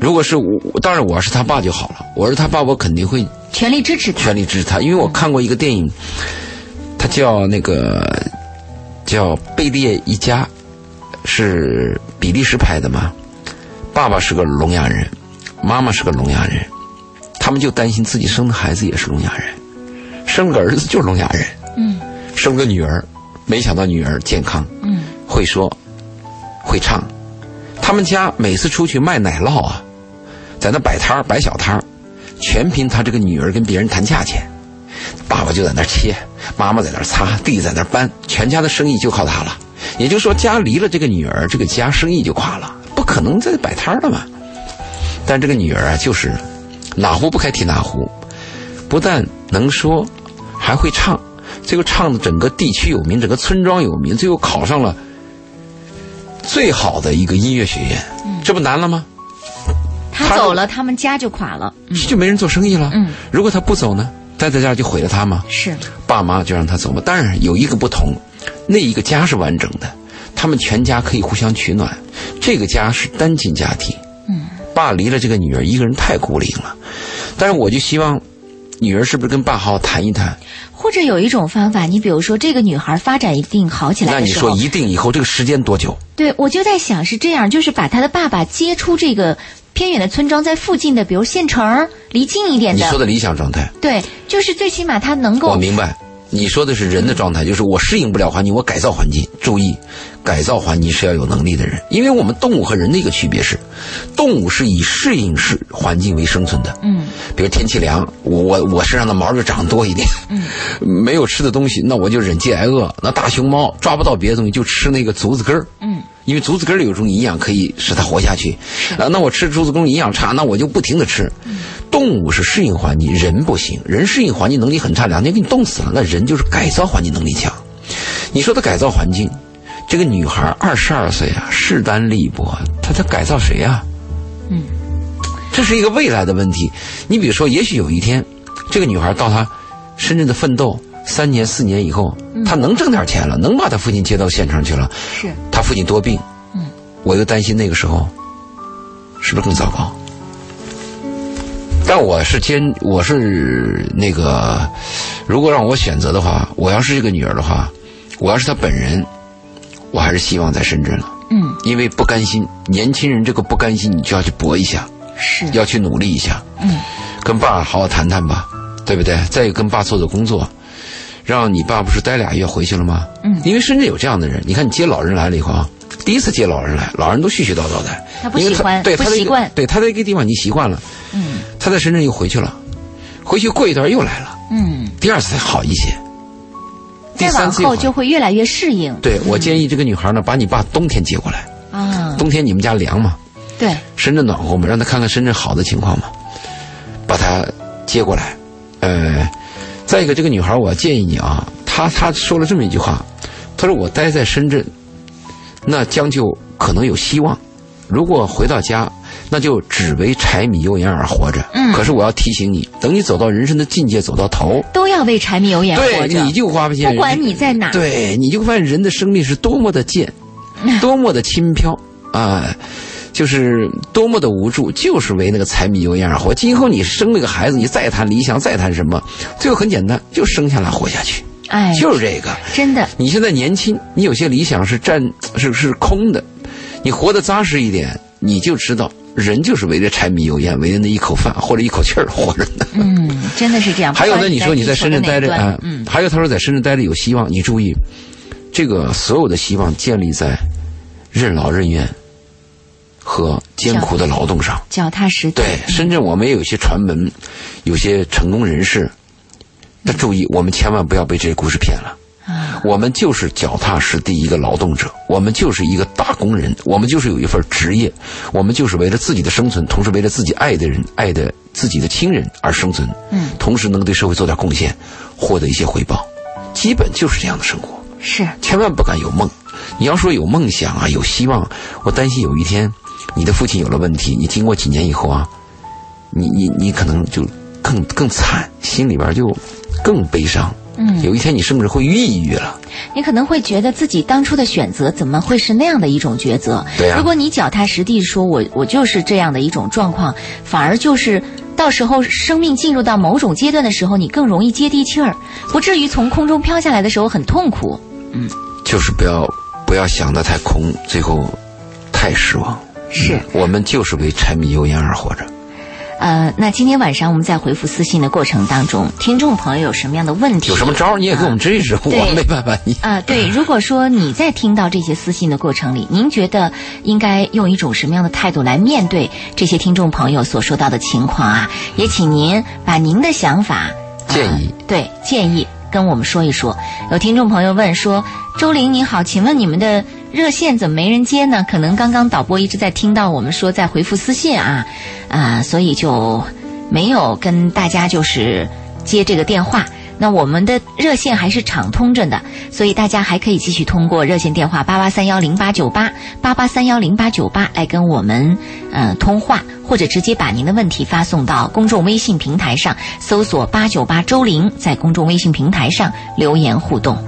Speaker 2: 如果是我，我当然我要是他爸就好了。我是他爸，我肯定会
Speaker 1: 全力支持他。
Speaker 2: 全力支持他，因为我看过一个电影，它叫那个叫《贝列一家》，是比利时拍的嘛。爸爸是个聋哑人，妈妈是个聋哑人，他们就担心自己生的孩子也是聋哑人，生了个儿子就是聋哑人，
Speaker 1: 嗯
Speaker 2: 生了个女儿，没想到女儿健康，
Speaker 1: 嗯
Speaker 2: 会说，会唱。他们家每次出去卖奶酪啊，在那摆摊儿摆小摊儿，全凭他这个女儿跟别人谈价钱。爸爸就在那儿切，妈妈在那儿擦，弟弟在那儿搬，全家的生意就靠他了。也就是说，家离了这个女儿，这个家生意就垮了，不可能再摆摊儿了嘛。但这个女儿啊，就是哪壶不开提哪壶，不但能说，还会唱，最后唱的整个地区有名，整个村庄有名，最后考上了最好的一个音乐学院，这不难了吗？
Speaker 1: 他
Speaker 2: 他
Speaker 1: 走了，他们家就垮了。嗯
Speaker 2: 就没人做生意了。
Speaker 1: 嗯，
Speaker 2: 如果他不走呢，待在家就毁了他嘛。
Speaker 1: 是，
Speaker 2: 爸妈就让他走嘛。当然有一个不同，那一个家是完整的，他们全家可以互相取暖。这个家是单亲家庭，
Speaker 1: 嗯，
Speaker 2: 爸离了这个女儿，一个人太孤零了。但是我就希望，女儿是不是跟爸好好谈一谈？
Speaker 1: 或者有一种方法，你比如说这个女孩发展一定好起来
Speaker 2: 那
Speaker 1: 的
Speaker 2: 你
Speaker 1: 时
Speaker 2: 说
Speaker 1: 候，
Speaker 2: 一定以后这个时间多久？
Speaker 1: 对我就在想是这样，就是把她的爸爸接出这个偏远的村庄，在附近的，比如县城儿离近一点
Speaker 2: 你说
Speaker 1: 的，
Speaker 2: 的理想状态，
Speaker 1: 对，就是最起码他能
Speaker 2: 我
Speaker 1: 够
Speaker 2: 明白。你说的是人的状态，就是我适应不了环境，我改造环境。注意，改造环境是要有能力的人，因为我们动物和人的一个区别是，动物是以适应是环境为生存的。
Speaker 1: 嗯
Speaker 2: 比如天气凉，我我我身上的毛就长多一点，
Speaker 1: 嗯，
Speaker 2: 没有吃的东西，那我就忍饥挨饿。那大熊猫抓不到别的东西，就吃那个竹子根儿，
Speaker 1: 嗯
Speaker 2: 因为竹子根儿里有一种营养可以使它活下去。啊，那我吃竹子根儿营养差，那我就不停的吃。动物是适应环境，人不行，人适应环境能力很差，两天给你冻死了。那人就是改造环境能力强。你说他改造环境，这个女孩二十二岁啊，势单力薄，她她改造谁啊？
Speaker 1: 嗯，
Speaker 2: 这是一个未来的问题。你比如说，也许有一天，这个女孩到她深圳的奋斗，三年四年以后，他能挣点钱了，能把他父亲接到县城去了。
Speaker 1: 嗯是，
Speaker 2: 他父亲多病，
Speaker 1: 嗯，
Speaker 2: 我又担心那个时候是不是更糟糕？但我是坚，我是那个，如果让我选择的话，我要是这个女儿的话，我要是她本人，我还是希望在深圳了，
Speaker 1: 嗯，
Speaker 2: 因为不甘心，年轻人这个不甘心，你就要去搏一下，
Speaker 1: 是，
Speaker 2: 要去努力一下，
Speaker 1: 嗯，
Speaker 2: 跟爸好好谈谈吧，对不对？再跟爸做做工作，让你爸不是待俩月回去了吗？
Speaker 1: 嗯
Speaker 2: 因为深圳有这样的人，你看你接老人来了以后啊，第一次接老人来，老人都絮絮叨叨的，
Speaker 1: 他不
Speaker 2: 因为
Speaker 1: 喜欢
Speaker 2: 对
Speaker 1: 不
Speaker 2: 他在
Speaker 1: 习
Speaker 2: 一个
Speaker 1: 惯
Speaker 2: 对他在一个地方你习惯了，
Speaker 1: 嗯
Speaker 2: 他在深圳又回去了，回去过一段又来了，
Speaker 1: 嗯，
Speaker 2: 第二次才好一些，第
Speaker 1: 再
Speaker 2: 三
Speaker 1: 往
Speaker 2: 次又
Speaker 1: 后
Speaker 2: 好
Speaker 1: 就会越来越适应
Speaker 2: 对我建议这个女孩呢，把你爸冬天接过来，
Speaker 1: 啊，
Speaker 2: 冬天你们家凉嘛，
Speaker 1: 对，
Speaker 2: 深圳暖和嘛，让他看看深圳好的情况嘛，把他接过来。呃，再一个，这个女孩，我建议你啊，她她说了这么一句话，她说我待在深圳，那将就可能有希望；如果回到家，那就只为柴米油盐而活着。
Speaker 1: 嗯
Speaker 2: 可是我要提醒你，等你走到人生的境界，走到头，
Speaker 1: 都要为柴米油盐活
Speaker 2: 对，
Speaker 1: 着
Speaker 2: 你，就发现
Speaker 1: 不
Speaker 2: 人
Speaker 1: 管你在哪儿，
Speaker 2: 对，你就发现人的生命是多么的贱，多么的轻飘啊、就是多么的无助，就是为那个柴米油盐而活。今后你生了个孩子，你再谈理想，再谈什么，最后很简单，就生下来活下去，
Speaker 1: 哎，
Speaker 2: 就是这个。
Speaker 1: 真的，
Speaker 2: 你现在年轻，你有些理想是占是是空的，你活得扎实一点，你就知道人就是为了柴米油盐，为了那一口饭或者一口气儿活着的。
Speaker 1: 嗯，真的是这样。
Speaker 2: 还有呢，你
Speaker 1: 不
Speaker 2: 说
Speaker 1: 管
Speaker 2: 你在
Speaker 1: 地球
Speaker 2: 深
Speaker 1: 的
Speaker 2: 圳
Speaker 1: 哪
Speaker 2: 待
Speaker 1: 一
Speaker 2: 着
Speaker 1: 端
Speaker 2: 啊，
Speaker 1: 嗯，
Speaker 2: 还有他说在深圳待着有希望，你注意，这个所有的希望建立在任劳任怨和艰苦的劳动上。
Speaker 1: 脚踏实地，
Speaker 2: 对，深圳我们也有一些传闻，有些成功人
Speaker 1: 嗯
Speaker 2: 士，但注意，我们千万不要被这些故事骗了。
Speaker 1: 啊，
Speaker 2: 我们就是脚踏实地一个劳动者，我们就是一个打工人，我们就是有一份职业，我们就是为了自己的生存，同时为了自己爱的人、爱的自己的亲人而生存。
Speaker 1: 嗯，
Speaker 2: 同时能够对社会做点贡献，获得一些回报，基本就是这样的生活。
Speaker 1: 是，
Speaker 2: 千万不敢有梦。你要说有梦想啊，有希望，我担心有一天你的父亲有了问题，你经过几年以后啊，你你你可能就更更惨，心里边就更悲伤。
Speaker 1: 嗯，
Speaker 2: 有一天你甚至会抑郁了。
Speaker 1: 你可能会觉得自己当初的选择怎么会是那样的一种抉择？
Speaker 2: 对啊
Speaker 1: 如果你脚踏实地说，我我就是这样的一种状况，反而就是到时候生命进入到某种阶段的时候，你更容易接地气儿，不至于从空中飘下来的时候很痛苦。
Speaker 2: 就是不要不要想的太空，最后太失望。嗯
Speaker 1: 是。
Speaker 2: 我们就是为柴米油盐而活着。
Speaker 1: 呃，那今天晚上我们在回复私信的过程当中，听众朋友有什么样的问题？
Speaker 2: 有什么招儿你也给我们支一支，我
Speaker 1: 对
Speaker 2: 们没办法。你
Speaker 1: 啊、对，如果说你在听到这些私信的过程里，您觉得应该用一种什么样的态度来面对这些听众朋友所说到的情况啊？也请您把您的想法、呃
Speaker 2: 建议
Speaker 1: 对建议跟我们说一说。有听众朋友问说：“周玲你好，请问你们的热线怎么没人接呢？”可能刚刚导播一直在听到我们说在回复私信啊，啊、所以就没有跟大家就是接这个电话。那我们的热线还是畅通着的，所以大家还可以继续通过热线电话八八三幺零八九八八八三幺零八九八来跟我们呃通话，或者直接把您的问题发送到公众微信平台上，搜索八九八周玲，在公众微信平台上留言互动。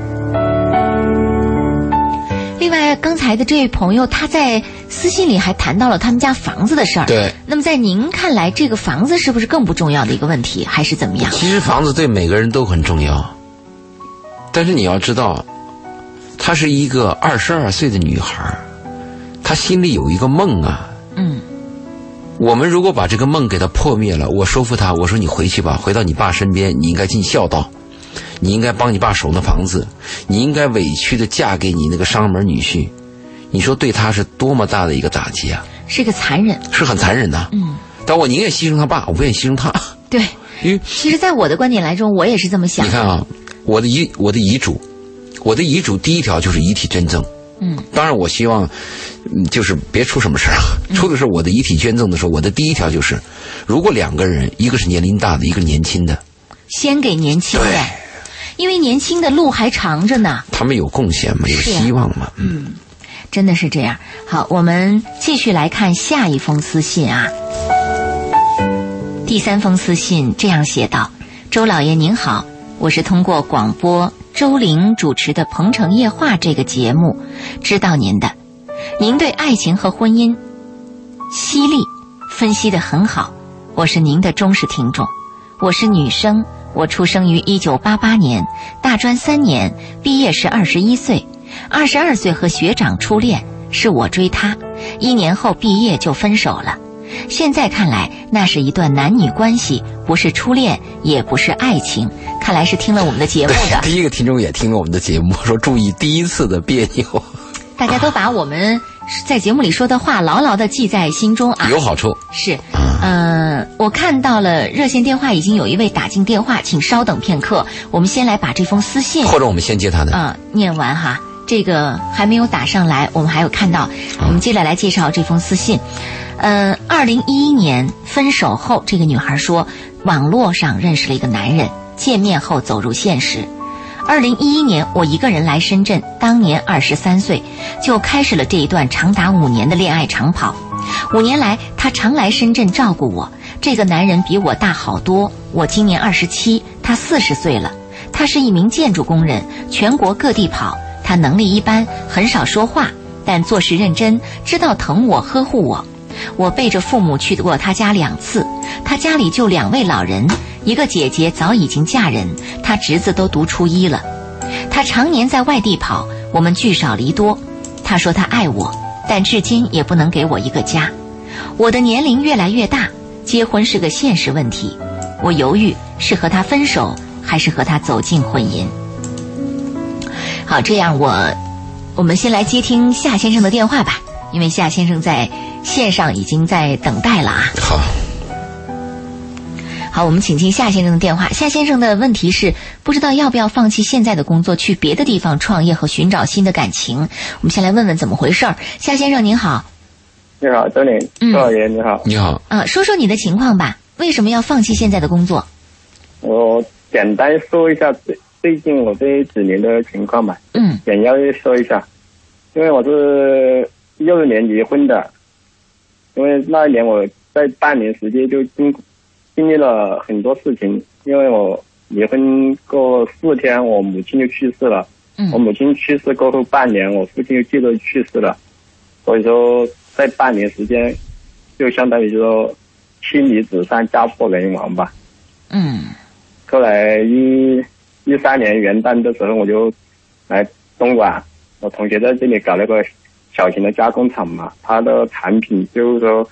Speaker 1: 另外，刚才的这位朋友他在私信里还谈到了他们家房子的事儿。
Speaker 2: 对，
Speaker 1: 那么在您看来，这个房子是不是更不重要的一个问题，还是怎么样？
Speaker 2: 其实房子对每个人都很重要，但是你要知道，她是一个二十二岁的女孩儿，她心里有一个梦啊。
Speaker 1: 嗯，
Speaker 2: 我们如果把这个梦给她破灭了，我说服她，我说你回去吧，回到你爸身边，你应该尽孝道，你应该帮你爸守那房子，你应该委屈的嫁给你那个上门女婿，你说对她是多么大的一个打击啊！
Speaker 1: 是个残忍。
Speaker 2: 是很残忍的、
Speaker 1: 嗯，
Speaker 2: 但我宁愿牺牲他爸，我不愿意牺牲她，
Speaker 1: 对，
Speaker 2: 因为
Speaker 1: 其实，在我的观点来中，我也是这么想
Speaker 2: 你。看啊，我的遗我的遗嘱，我的遗嘱第一条就是遗体捐赠。
Speaker 1: 嗯，
Speaker 2: 当然我希望，嗯就是别出什么事儿啊。
Speaker 1: 嗯
Speaker 2: 出的是我的遗体捐赠的时候，我的第一条就是，如果两个人，一个是年龄大的，一个是年轻的，
Speaker 1: 先给年轻的
Speaker 2: 对，
Speaker 1: 因为年轻的路还长着呢，
Speaker 2: 他们有贡献嘛，有
Speaker 1: 是啊
Speaker 2: 希望嘛。嗯
Speaker 1: 真的是这样。好，我们继续来看下一封私信啊。第三封私信这样写道：“周老爷您好，我是通过广播周玲主持的《鹏城夜话》这个节目知道您的。您对爱情和婚姻犀利，分析的很好，我是您的忠实听众。我是女生，我出生于一九八八年，大专三年，毕业时二十一岁，二十二岁和学长初恋，是我追他，一年后毕业就分手了。现在看来，那是一段男女关系，不是初恋，也不是爱情。看来是听了我们的 节目的。
Speaker 2: 第一个听众也听了我们的节目，说注意第一次的别扭，
Speaker 1: 大家都把我们在节目里说的话牢牢的记在心中 啊。
Speaker 2: 有好处。
Speaker 1: 是，呃，我看到了热线电话已经有一位打进电话，请稍等片刻，我们先来把这封私信
Speaker 2: 或者我们先接他的。
Speaker 1: 呃念完哈。这个还没有打上来，我们还有看到，我们接着来介绍这封私信。呃，二零一一年分手后，这个女孩说，网络上认识了一个男人，见面后走入现实。二零一一年，我一个人来深圳，当年二十三岁，就开始了这一段长达五年的恋爱长跑。五年来，他常来深圳照顾我。这个男人比我大好多，我今年二十七，他四十岁了。他是一名建筑工人，全国各地跑。他能力一般，很少说话，但做事认真，知道疼我、呵护我。我背着父母去过他家两次，他家里就两位老人，一个姐姐早已经嫁人，他侄子都读初一了。他常年在外地跑，我们聚少离多。他说他爱我，但至今也不能给我一个家。我的年龄越来越大，结婚是个现实问题。我犹豫是和他分手，还是和他走进婚姻。好，这样我，我们先来接听夏先生的电话吧，因为夏先生在线上已经在等待了啊。
Speaker 2: 好，
Speaker 1: 好，我们请进夏先生的电话。夏先生的问题是，不知道要不要放弃现在的工作，去别的地方创业和寻找新的感情。我们先来问问怎么回事儿。夏先生您好，
Speaker 3: 你好，周林，
Speaker 1: 嗯
Speaker 3: 周老爷，你好。
Speaker 2: 你好，
Speaker 1: 啊，说说你的情况吧，为什么要放弃现在的工作？
Speaker 3: 我简单说一下最最近我这几年的情况吧，
Speaker 1: 嗯
Speaker 3: 简要说一下。因为我是一六年离婚的，因为那一年我在半年时间就经经历了很多事情。因为我离婚过四天，我母亲就去世了。我
Speaker 1: 嗯
Speaker 3: 母亲去世过后半年，我父亲又接着去世了，所以说在半年时间，就相当于说妻离子散、家破人亡吧。
Speaker 1: 嗯
Speaker 3: 后来一一三年元旦的时候，我就来东莞，我同学在这里搞了个小型的加工厂嘛，他的产品就是说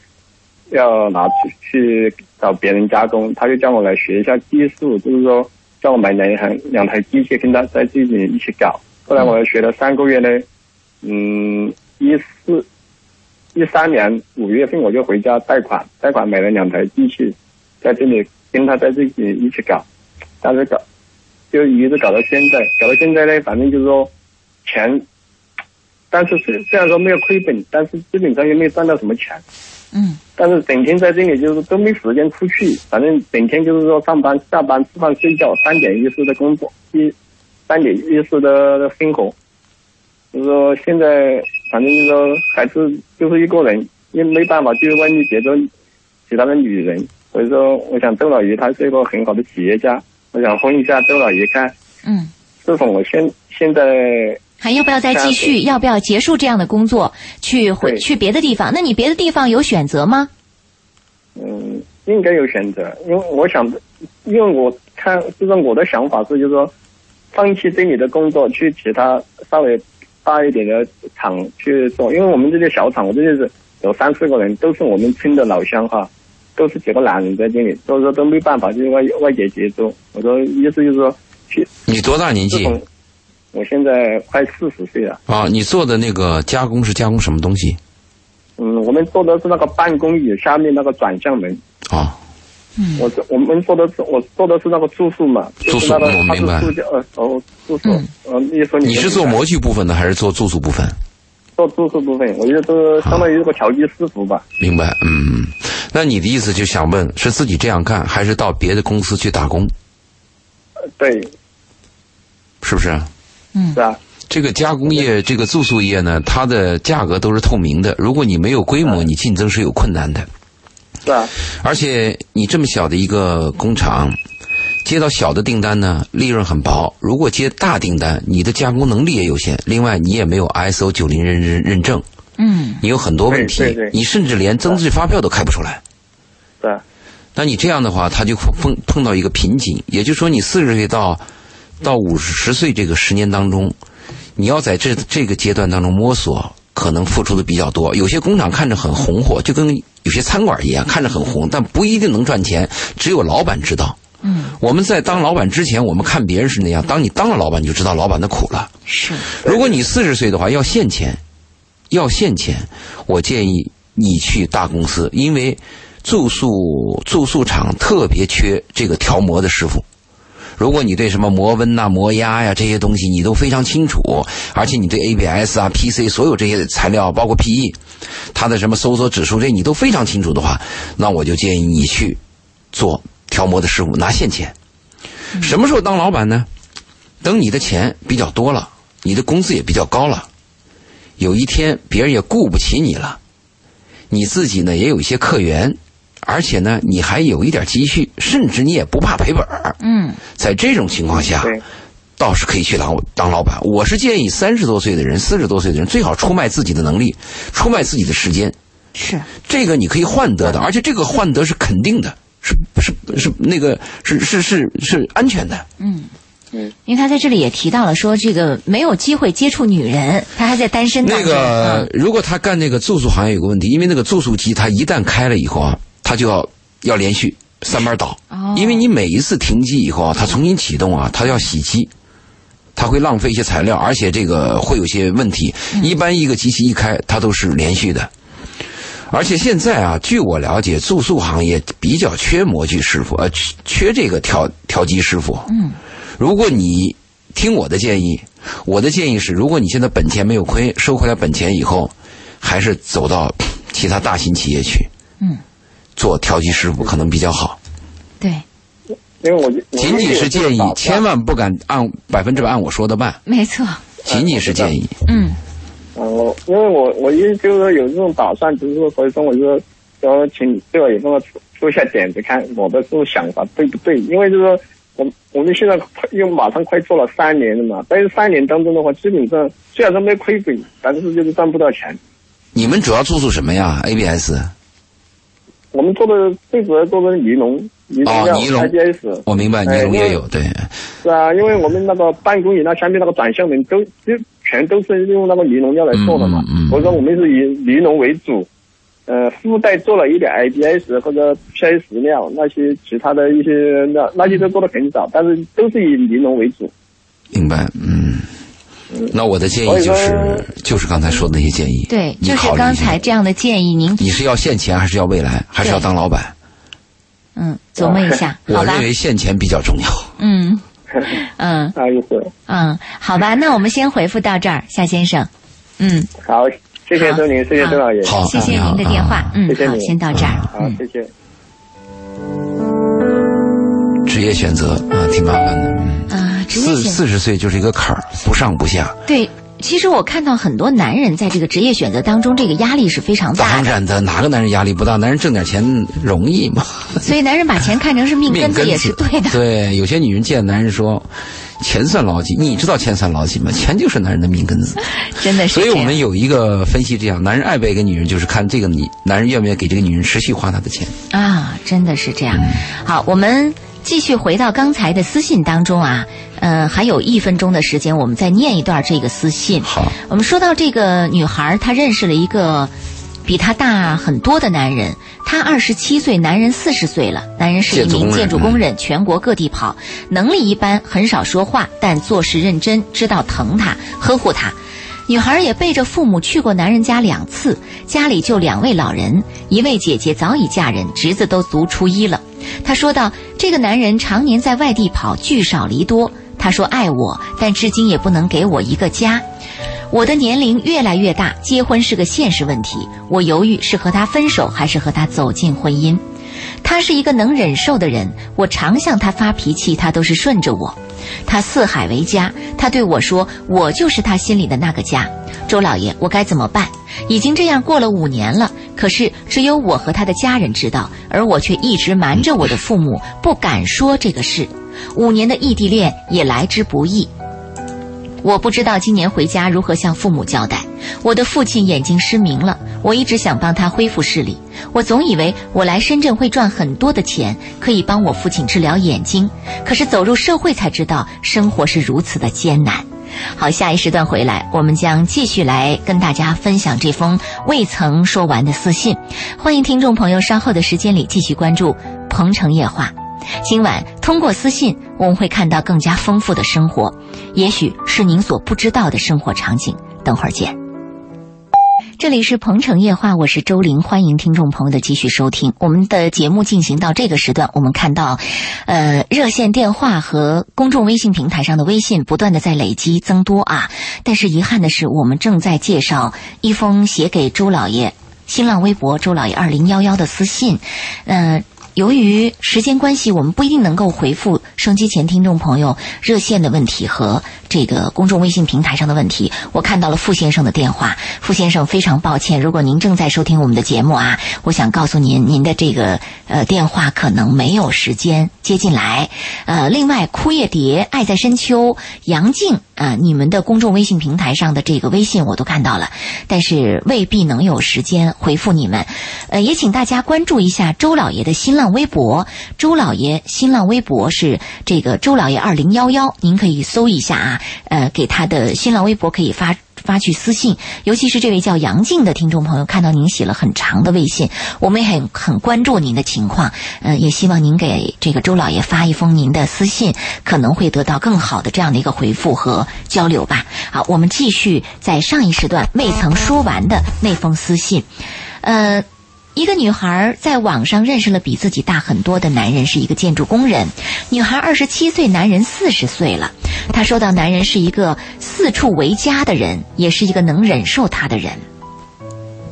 Speaker 3: 要拿出去找别人加工，他就叫我来学一下技术，就是说叫我买两台两台机械跟他在这里一起搞。后来我学了三个月呢，嗯，一四一三年五月份我就回家贷款，贷款买了两台机器，在这里跟他在这里一起搞，但是搞就一直搞到现在，搞到现在呢，反正就是说钱，但是虽虽然说没有亏本，但是基本上也没有赚到什么钱，
Speaker 1: 嗯
Speaker 3: 但是整天在这里就是都没时间出去，反正整天就是说上班、下班、吃饭、睡觉，三点一四的工作，一三点一四的生活。就是说现在反正就是说还是就是一个人，也没办法去外面结交其他的女人。所以说，我想周老爷他是一个很好的企业家，我想问一下周老爷看，
Speaker 1: 嗯，
Speaker 3: 是否我现现在
Speaker 1: 还要不要再继续？要不要结束这样的工作，去回
Speaker 3: 对
Speaker 1: 去别的地方？那你别的地方有选择吗？
Speaker 3: 嗯，应该有选择，因为我想，因为我看，就是我的想法是，就是说，放弃这里的工作，去其他稍微大一点的厂去做，因为我们这些小厂，我这些是有三四个人，都是我们村的老乡哈，都是几个男人在这里，所以说都没办法去外外界接触。我说意思就是说，去
Speaker 2: 你多大年
Speaker 3: 自
Speaker 2: 纪
Speaker 3: 从我现在快四十岁了，
Speaker 2: 啊？你做的那个加工是加工什么东西
Speaker 3: 嗯，我们做的是那个办公椅下面那个转向门，
Speaker 2: 啊？
Speaker 3: 我做我们做的是我做的是那个住宿嘛，就
Speaker 2: 住
Speaker 3: 是
Speaker 2: 宿
Speaker 3: 那个
Speaker 2: 我
Speaker 3: 它
Speaker 2: 明白
Speaker 3: 是住家呃哦住宿
Speaker 1: 嗯，
Speaker 3: 呃一说
Speaker 2: 你是做
Speaker 3: 模
Speaker 2: 模具部分的还是做住宿部分？
Speaker 3: 做住宿部分，我觉得是相当于一个调剂师傅吧。
Speaker 2: 明白，嗯。那你的意思就想问，是自己这样干，还是到别的公司去打工？
Speaker 3: 呃对，
Speaker 2: 是不是？
Speaker 1: 嗯
Speaker 3: 是啊，
Speaker 2: 这个加工业、这个住宿业呢，它的价格都是透明的。如果你没有规
Speaker 3: 嗯
Speaker 2: 模，你竞争是有困难的。
Speaker 3: 是啊，
Speaker 2: 而且你这么小的一个工厂，接到小的订单呢，利润很薄；如果接大订单，你的加工能力也有限，另外你也没有 ISO 九零认认认证，
Speaker 1: 嗯
Speaker 2: 你有很多问题
Speaker 3: 对对对，
Speaker 2: 你甚至连增值发票都开不出来。
Speaker 3: 对
Speaker 2: 那你这样的话，他就碰碰到一个瓶颈，也就是说，你四十岁到到五十岁这个十年当中，你要在这这个阶段当中摸索，可能付出的比较多。有些工厂看着很红火，就跟有些餐馆一样，看着很红，但不一定能赚钱，只有老板知道。
Speaker 1: 嗯，
Speaker 2: 我们在当老板之前，我们看别人是那样，当你当了老板，你就知道老板的苦了。
Speaker 1: 是，
Speaker 2: 如果你四十岁的话，要现钱，要现钱，我建议你去大公司，因为注塑注塑厂特别缺这个调模的师傅。如果你对什么磨温呐、磨压呀、这些东西你都非常清楚，而且你对 ABS 啊、PC 所有这些材料，包括 PE，它的什么搜索指数这你都非常清楚的话，那我就建议你去做调模的师傅，拿现钱。什么时候当老板呢？等你的钱比较多了，你的工资也比较高了，有一天别人也顾不起你了，你自己呢也有一些客源，而且呢你还有一点积蓄，甚至你也不怕赔本儿。
Speaker 1: 嗯
Speaker 2: 在这种情况下，
Speaker 3: 对
Speaker 2: 倒是可以去当当老板。我是建议三十多岁的人、四十多岁的人，最好出卖自己的能力，出卖自己的时间，
Speaker 1: 是，嗯
Speaker 2: 这个你可以换得的，而且这个换得是肯定的，是是是那个是是是是安全的。
Speaker 1: 嗯。
Speaker 3: 嗯，
Speaker 1: 因为他在这里也提到了说，这个没有机会接触女人，他还在单身当
Speaker 2: 那
Speaker 1: 中。
Speaker 2: 个，如果他干那个住宿行业有个问题，因为那个住宿机它一旦开了以后啊，它就要要连续三班倒，
Speaker 1: 哦
Speaker 2: 因为你每一次停机以后啊，它重新启动啊，它要洗机。它会浪费一些材料，而且这个会有些问题。一般一个机器一开，它都是连续的。而且现在啊，据我了解，住宿行业比较缺模具师傅，呃，缺缺这个调调机师傅。
Speaker 1: 嗯，
Speaker 2: 如果你听我的建议，我的建议是，如果你现在本钱没有亏，收回来本钱以后，还是走到其他大型企业去
Speaker 1: 嗯，嗯
Speaker 2: 做调机师傅，可能比较好。
Speaker 1: 对，
Speaker 3: 因为我就我
Speaker 2: 仅仅是建议，千万不敢按百分之百按我说的
Speaker 3: 哎
Speaker 2: 办，
Speaker 1: 没错，
Speaker 2: 仅仅是建议。
Speaker 1: 嗯
Speaker 3: 嗯，我因为我我一就是说有这种打算，就是说所以说我就说请对我有这么出出一下点子，看我的这种想法对不对？因为就是说我我们现在又马上快做了三年了嘛，但是三年当中的话，基本上虽然说没亏本，但是就是赚不到钱。
Speaker 2: 你们主要做做什么呀？ABS？
Speaker 3: 我们做的最主要做的是尼龙，尼
Speaker 2: 哦
Speaker 3: 龙料
Speaker 2: 尼龙
Speaker 3: IPS，
Speaker 2: 我明白，尼龙也
Speaker 3: 哎
Speaker 2: 有对。
Speaker 3: 是啊，因为我们那个办公椅那下面那个转向门都就全都是用那个尼龙料来做的嘛，
Speaker 2: 嗯嗯嗯
Speaker 3: 所以说我们是以尼龙为主，呃，附带做了一点 IBS 或者 PS 料那些其他的一些那那些都做的很少，但是都是以尼龙为主。
Speaker 2: 明白，嗯。那我的建议就
Speaker 3: 所以
Speaker 2: 是，就是刚才说的那些建议。
Speaker 1: 对，
Speaker 2: 你
Speaker 1: 就是
Speaker 2: 考虑一下
Speaker 1: 刚才这样的建议，您
Speaker 2: 你是要现钱还是要未来，还是要
Speaker 1: 对
Speaker 2: 当老板？
Speaker 1: 嗯琢磨一下，好
Speaker 2: 哦我
Speaker 1: 吧
Speaker 2: 认？为现钱比较重要。
Speaker 1: 嗯嗯
Speaker 3: 啊，就是
Speaker 1: 嗯，好吧，那我们先回复到这儿，夏先生。嗯，
Speaker 3: 好，谢谢
Speaker 1: 好
Speaker 3: 周宁，谢谢
Speaker 1: 好
Speaker 3: 周老爷，
Speaker 2: 好，
Speaker 1: 谢谢
Speaker 2: 你好
Speaker 1: 您的电话
Speaker 2: 啊。
Speaker 1: 嗯
Speaker 3: 谢，谢
Speaker 1: 好，
Speaker 3: 你
Speaker 1: 先到这儿。
Speaker 3: 好，谢谢。
Speaker 2: 职业选择啊，挺麻烦的。嗯
Speaker 1: 啊，职业
Speaker 2: 四
Speaker 1: 选
Speaker 2: 四十岁就是一个坎儿，不上不下。
Speaker 1: 对，其实我看到很多男人在这个职业选择当中，这个压力是非常大
Speaker 2: 当
Speaker 1: 的，
Speaker 2: 然的，哪个男人压力不大？男人挣点钱容易嘛？
Speaker 1: 所以男人把钱看成是命
Speaker 2: 命
Speaker 1: 根
Speaker 2: 根
Speaker 1: 子
Speaker 2: 子
Speaker 1: 也是对的。
Speaker 2: 对，有些女人见男人说，钱算老几？你知道钱算老几吗？钱就是男人的命根子。
Speaker 1: 真 的是
Speaker 2: 所以
Speaker 1: 这
Speaker 2: 我
Speaker 1: 样。
Speaker 2: 们有一个分析，这样男人爱不爱一个女人，就是看这个你男人愿不愿意给这个女人持续花他的钱。
Speaker 1: 啊，真的是这样。好，我们继续回到刚才的私信当中啊，呃，还有一分钟的时间，我们再念一段这个私信。
Speaker 2: 好，
Speaker 1: 我们说到这个女孩，她认识了一个比她大很多的男人，她二十七岁，男人四十岁了。男人是一名建
Speaker 2: 建
Speaker 1: 筑
Speaker 2: 筑
Speaker 1: 工
Speaker 2: 工
Speaker 1: 人，全国各地跑，能力一般，很少说话，但做事认真，知道疼她，呵护她。女孩也背着父母去过男人家两次，家里就两位老人，一位姐姐早已嫁人，侄子都读初一了。她说到，这个男人常年在外地跑，聚少离多。她说爱我，但至今也不能给我一个家。我的年龄越来越大，结婚是个现实问题。我犹豫是和他分手，还是和他走进婚姻。他是一个能忍受的人，我常向他发脾气，他都是顺着我。他四海为家，他对我说：“我就是他心里的那个家。”周老爷，我该怎么办？已经这样过了五年了，可是只有我和他的家人知道，而我却一直瞒着我的父母，不敢说这个事。五年的异地恋也来之不易。我不知道今年回家如何向父母交代。我的父亲眼睛失明了，我一直想帮他恢复视力。我总以为我来深圳会赚很多的钱，可以帮我父亲治疗眼睛。可是走入社会才知道，生活是如此的艰难。好，下一时段回来，我们将继续来跟大家分享这封未曾说完的私信。欢迎听众朋友稍后的时间里继续关注《鹏城夜话》。今晚通过私信，我们会看到更加丰富的生活，也许是您所不知道的生活场景。等会儿见。这里是《鹏城夜话》，我是周玲，欢迎听众朋友的继续收听。我们的节目进行到这个时段，我们看到，呃，热线电话和公众微信平台上的微信不断的在累积增多啊。但是遗憾的是，我们正在介绍一封写给周老爷新浪微博周老爷二零幺幺的私信，呃。由于时间关系，我们不一定能够回复收机前听众朋友热线的问题和这个公众微信平台上的问题。我看到了傅先生的电话，傅先生非常抱歉，如果您正在收听我们的节目啊，我想告诉您，您的这个呃电话可能没有时间接进来。呃，另外，枯叶蝶、爱在深秋、杨静啊、呃，你们的公众微信平台上的这个微信我都看到了，但是未必能有时间回复你们。呃，也请大家关注一下周老爷的新浪。浪微博，周老爷新浪微博是这个周老爷二零幺幺，您可以搜一下啊，呃，给他的新浪微博可以发发去私信，尤其是这位叫杨静的听众朋友，看到您写了很长的微信，我们也很很关注您的情况，嗯、呃，也希望您给这个周老爷发一封您的私信，可能会得到更好的这样的一个回复和交流吧。好，我们继续在上一时段未曾说完的那封私信，呃。一个女孩在网上认识了比自己大很多的男人，是一个建筑工人。女孩二十七岁，男人四十岁了。她说到，男人是一个四处为家的人，也是一个能忍受她的人。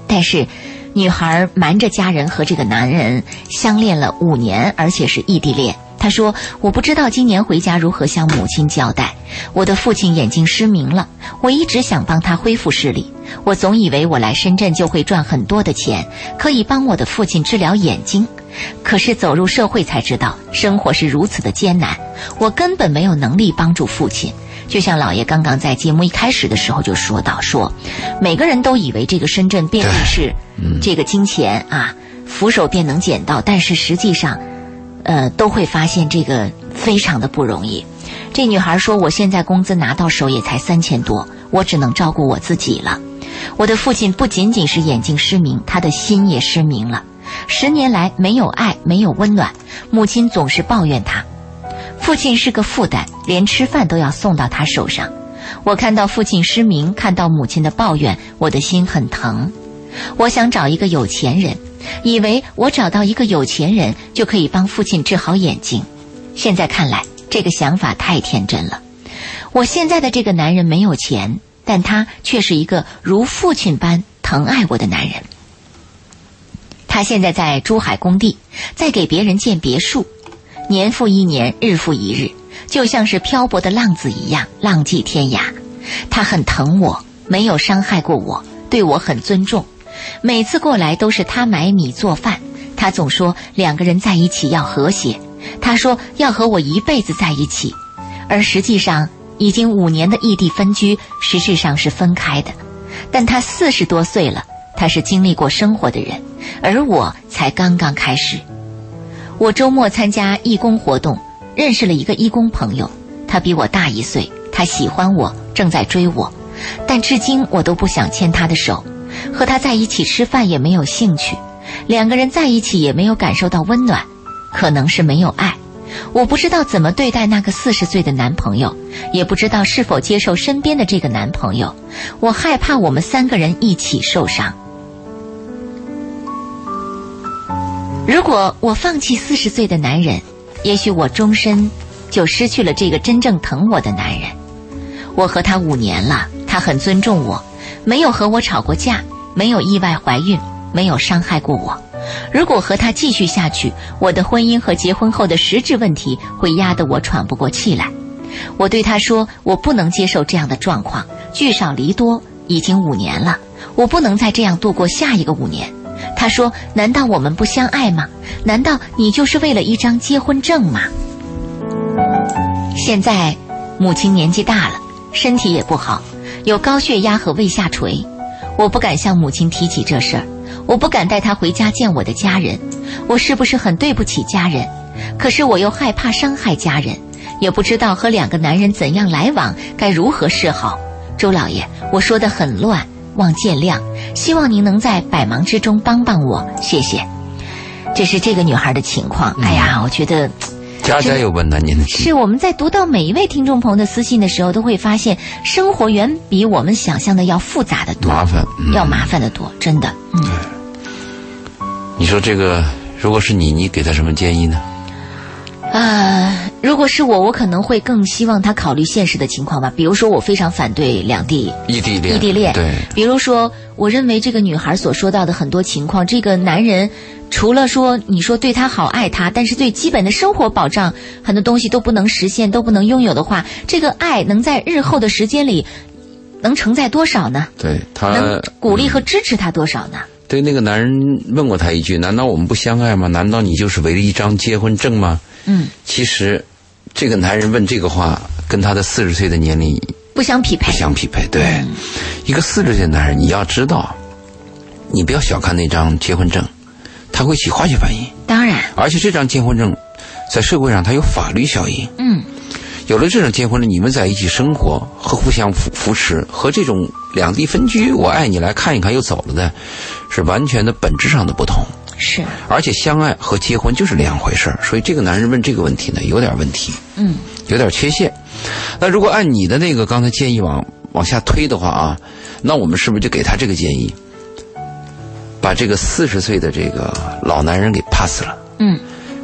Speaker 1: 但是，女孩瞒着家人和这个男人相恋了五年，而且是异地恋。她说：“我不知道今年回家如何向母亲交代。我的父亲眼睛失明了，我一直想帮他恢复视力。我总以为我来深圳就会赚很多的钱，可以帮我的父亲治疗眼睛。可是走入社会才知道，生活是如此的艰难。我根本没有能力帮助父亲。就像老爷刚刚在节目一开始的时候就说到说，说每个人都以为这个深圳便利是这个金钱啊，扶手便能捡到，但是实际上。”呃，都会发现这个非常的不容易。这女孩说：“我现在工资拿到手也才三千多，我只能照顾我自己了。我的父亲不仅仅是眼睛失明，他的心也失明了。十年来没有爱，没有温暖，母亲总是抱怨他。父亲是个负担，连吃饭都要送到他手上。我看到父亲失明，看到母亲的抱怨，我的心很疼。我想找一个有钱人。”以为我找到一个有钱人就可以帮父亲治好眼睛，现在看来这个想法太天真了。我现在的这个男人没有钱，但他却是一个如父亲般疼爱我的男人。他现在在珠海工地，在给别人建别墅，年复一年，日复一日，就像是漂泊的浪子一样浪迹天涯。他很疼我，没有伤害过我，对我很尊重。每次过来都是他买米做饭，他总说两个人在一起要和谐，他说要和我一辈子在一起，而实际上已经五年的异地分居，实质上是分开的。但他四十多岁了，他是经历过生活的人，而我才刚刚开始。我周末参加义工活动，认识了一个义工朋友，他比我大一岁，他喜欢我，正在追我，但至今我都不想牵他的手。和他在一起吃饭也没有兴趣，两个人在一起也没有感受到温暖，可能是没有爱。我不知道怎么对待那个四十岁的男朋友，也不知道是否接受身边的这个男朋友。我害怕我们三个人一起受伤。如果我放弃四十岁的男人，也许我终身就失去了这个真正疼我的男人。我和他五年了，他很尊重我。没有和我吵过架，没有意外怀孕，没有伤害过我。如果和他继续下去，我的婚姻和结婚后的实质问题会压得我喘不过气来。我对他说：“我不能接受这样的状况，聚少离多已经五年了，我不能再这样度过下一个五年。”他说：“难道我们不相爱吗？难道你就是为了一张结婚证吗？”现在母亲年纪大了，身体也不好，有高血压和胃下垂。我不敢向母亲提起这事儿，我不敢带她回家见我的家人。我是不是很对不起家人？可是我又害怕伤害家人，也不知道和两个男人怎样来往，该如何是好。周老爷，我说的很乱，望见谅。希望您能在百忙之中帮帮我，谢谢。这是这个女孩的情况。哎
Speaker 2: 嗯
Speaker 1: 呀，我觉得。
Speaker 2: 家家有本难念的经。
Speaker 1: 是我们在读到每一位听众朋友的私信的时候，都会发现生活远比我们想象的要复杂的多，
Speaker 2: 麻烦，嗯
Speaker 1: 要麻烦的多，真的。嗯，
Speaker 2: 你说这个，如果是你，你给他什么建议呢？
Speaker 1: 啊，如果是我，我可能会更希望他考虑现实的情况吧。比如说，我非常反对两地
Speaker 2: 异地恋，
Speaker 1: 异地恋。
Speaker 2: 对，
Speaker 1: 比如说，我认为这个女孩所说到的很多情况，这个男人除了说你说对他好、爱他，但是对基本的生活保障很多东西都不能实现、都不能拥有的话，这个爱能在日后的时间里能承载多少呢？
Speaker 2: 对他嗯
Speaker 1: 能鼓励和支持他多少呢？
Speaker 2: 对那个男人问过他一句：“难道我们不相爱吗？难道你就是为了一张结婚证吗
Speaker 1: 嗯，？”
Speaker 2: 其实，这个男人问这个话，跟他的四十岁的年龄
Speaker 1: 不相匹配
Speaker 2: 不。相匹配。
Speaker 1: 嗯
Speaker 2: 对，一个四十岁的男人，你要知道，你不要小看那张结婚证，他会起化学反应，
Speaker 1: 当然，
Speaker 2: 而且这张结婚证在社会上它有法律效应。
Speaker 1: 嗯，
Speaker 2: 有了这种结婚了，你们在一起生活和互相扶扶持，和这种两地分居，我爱你来看一看又走了的，是完全的本质上的不同。
Speaker 1: 是，
Speaker 2: 而且相爱和结婚就是两回事儿，所以这个男人问这个问题呢，有点问题，
Speaker 1: 嗯，
Speaker 2: 有点缺陷。那如果按你的那个刚才建议往往下推的话啊，那我们是不是就给他这个建议，把这个四十岁的这个老男人给 pass 了，
Speaker 1: 嗯，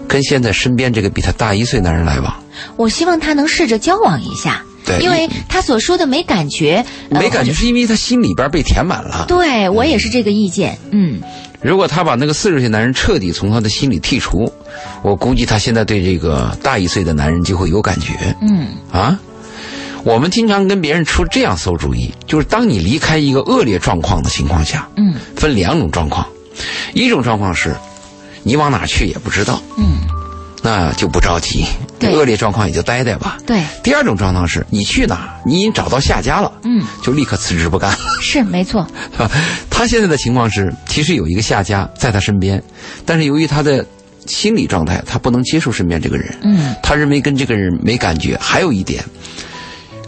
Speaker 2: 跟现在身边这个比他大一岁男人来往？
Speaker 1: 我希望他能试着交往一下，
Speaker 2: 对
Speaker 1: 因为他所说的没感觉，呃
Speaker 2: 没感觉，是因为他心里边被填满了。
Speaker 1: 对我也是这个意见，嗯，
Speaker 2: 如果他把那个四十岁男人彻底从他的心里剔除，我估计他现在对这个大一岁的男人就会有感觉。
Speaker 1: 嗯，
Speaker 2: 啊，我们经常跟别人出这样馊主意，就是当你离开一个恶劣状况的情况下，
Speaker 1: 嗯，
Speaker 2: 分两种状况，一种状况是，你往哪去也不知道，嗯，那就不着急，
Speaker 1: 对
Speaker 2: 恶劣状况也就待待吧。
Speaker 1: 对，
Speaker 2: 第二种状况是你去哪儿，你已经找到下家了，
Speaker 1: 嗯，
Speaker 2: 就立刻辞职不干了。
Speaker 1: 是没错，
Speaker 2: 他现在的情况是，其实有一个下家在他身边，但是由于他的心理状态，他不能接受身边这个人，
Speaker 1: 嗯，
Speaker 2: 他认为跟这个人没感觉。还有一点，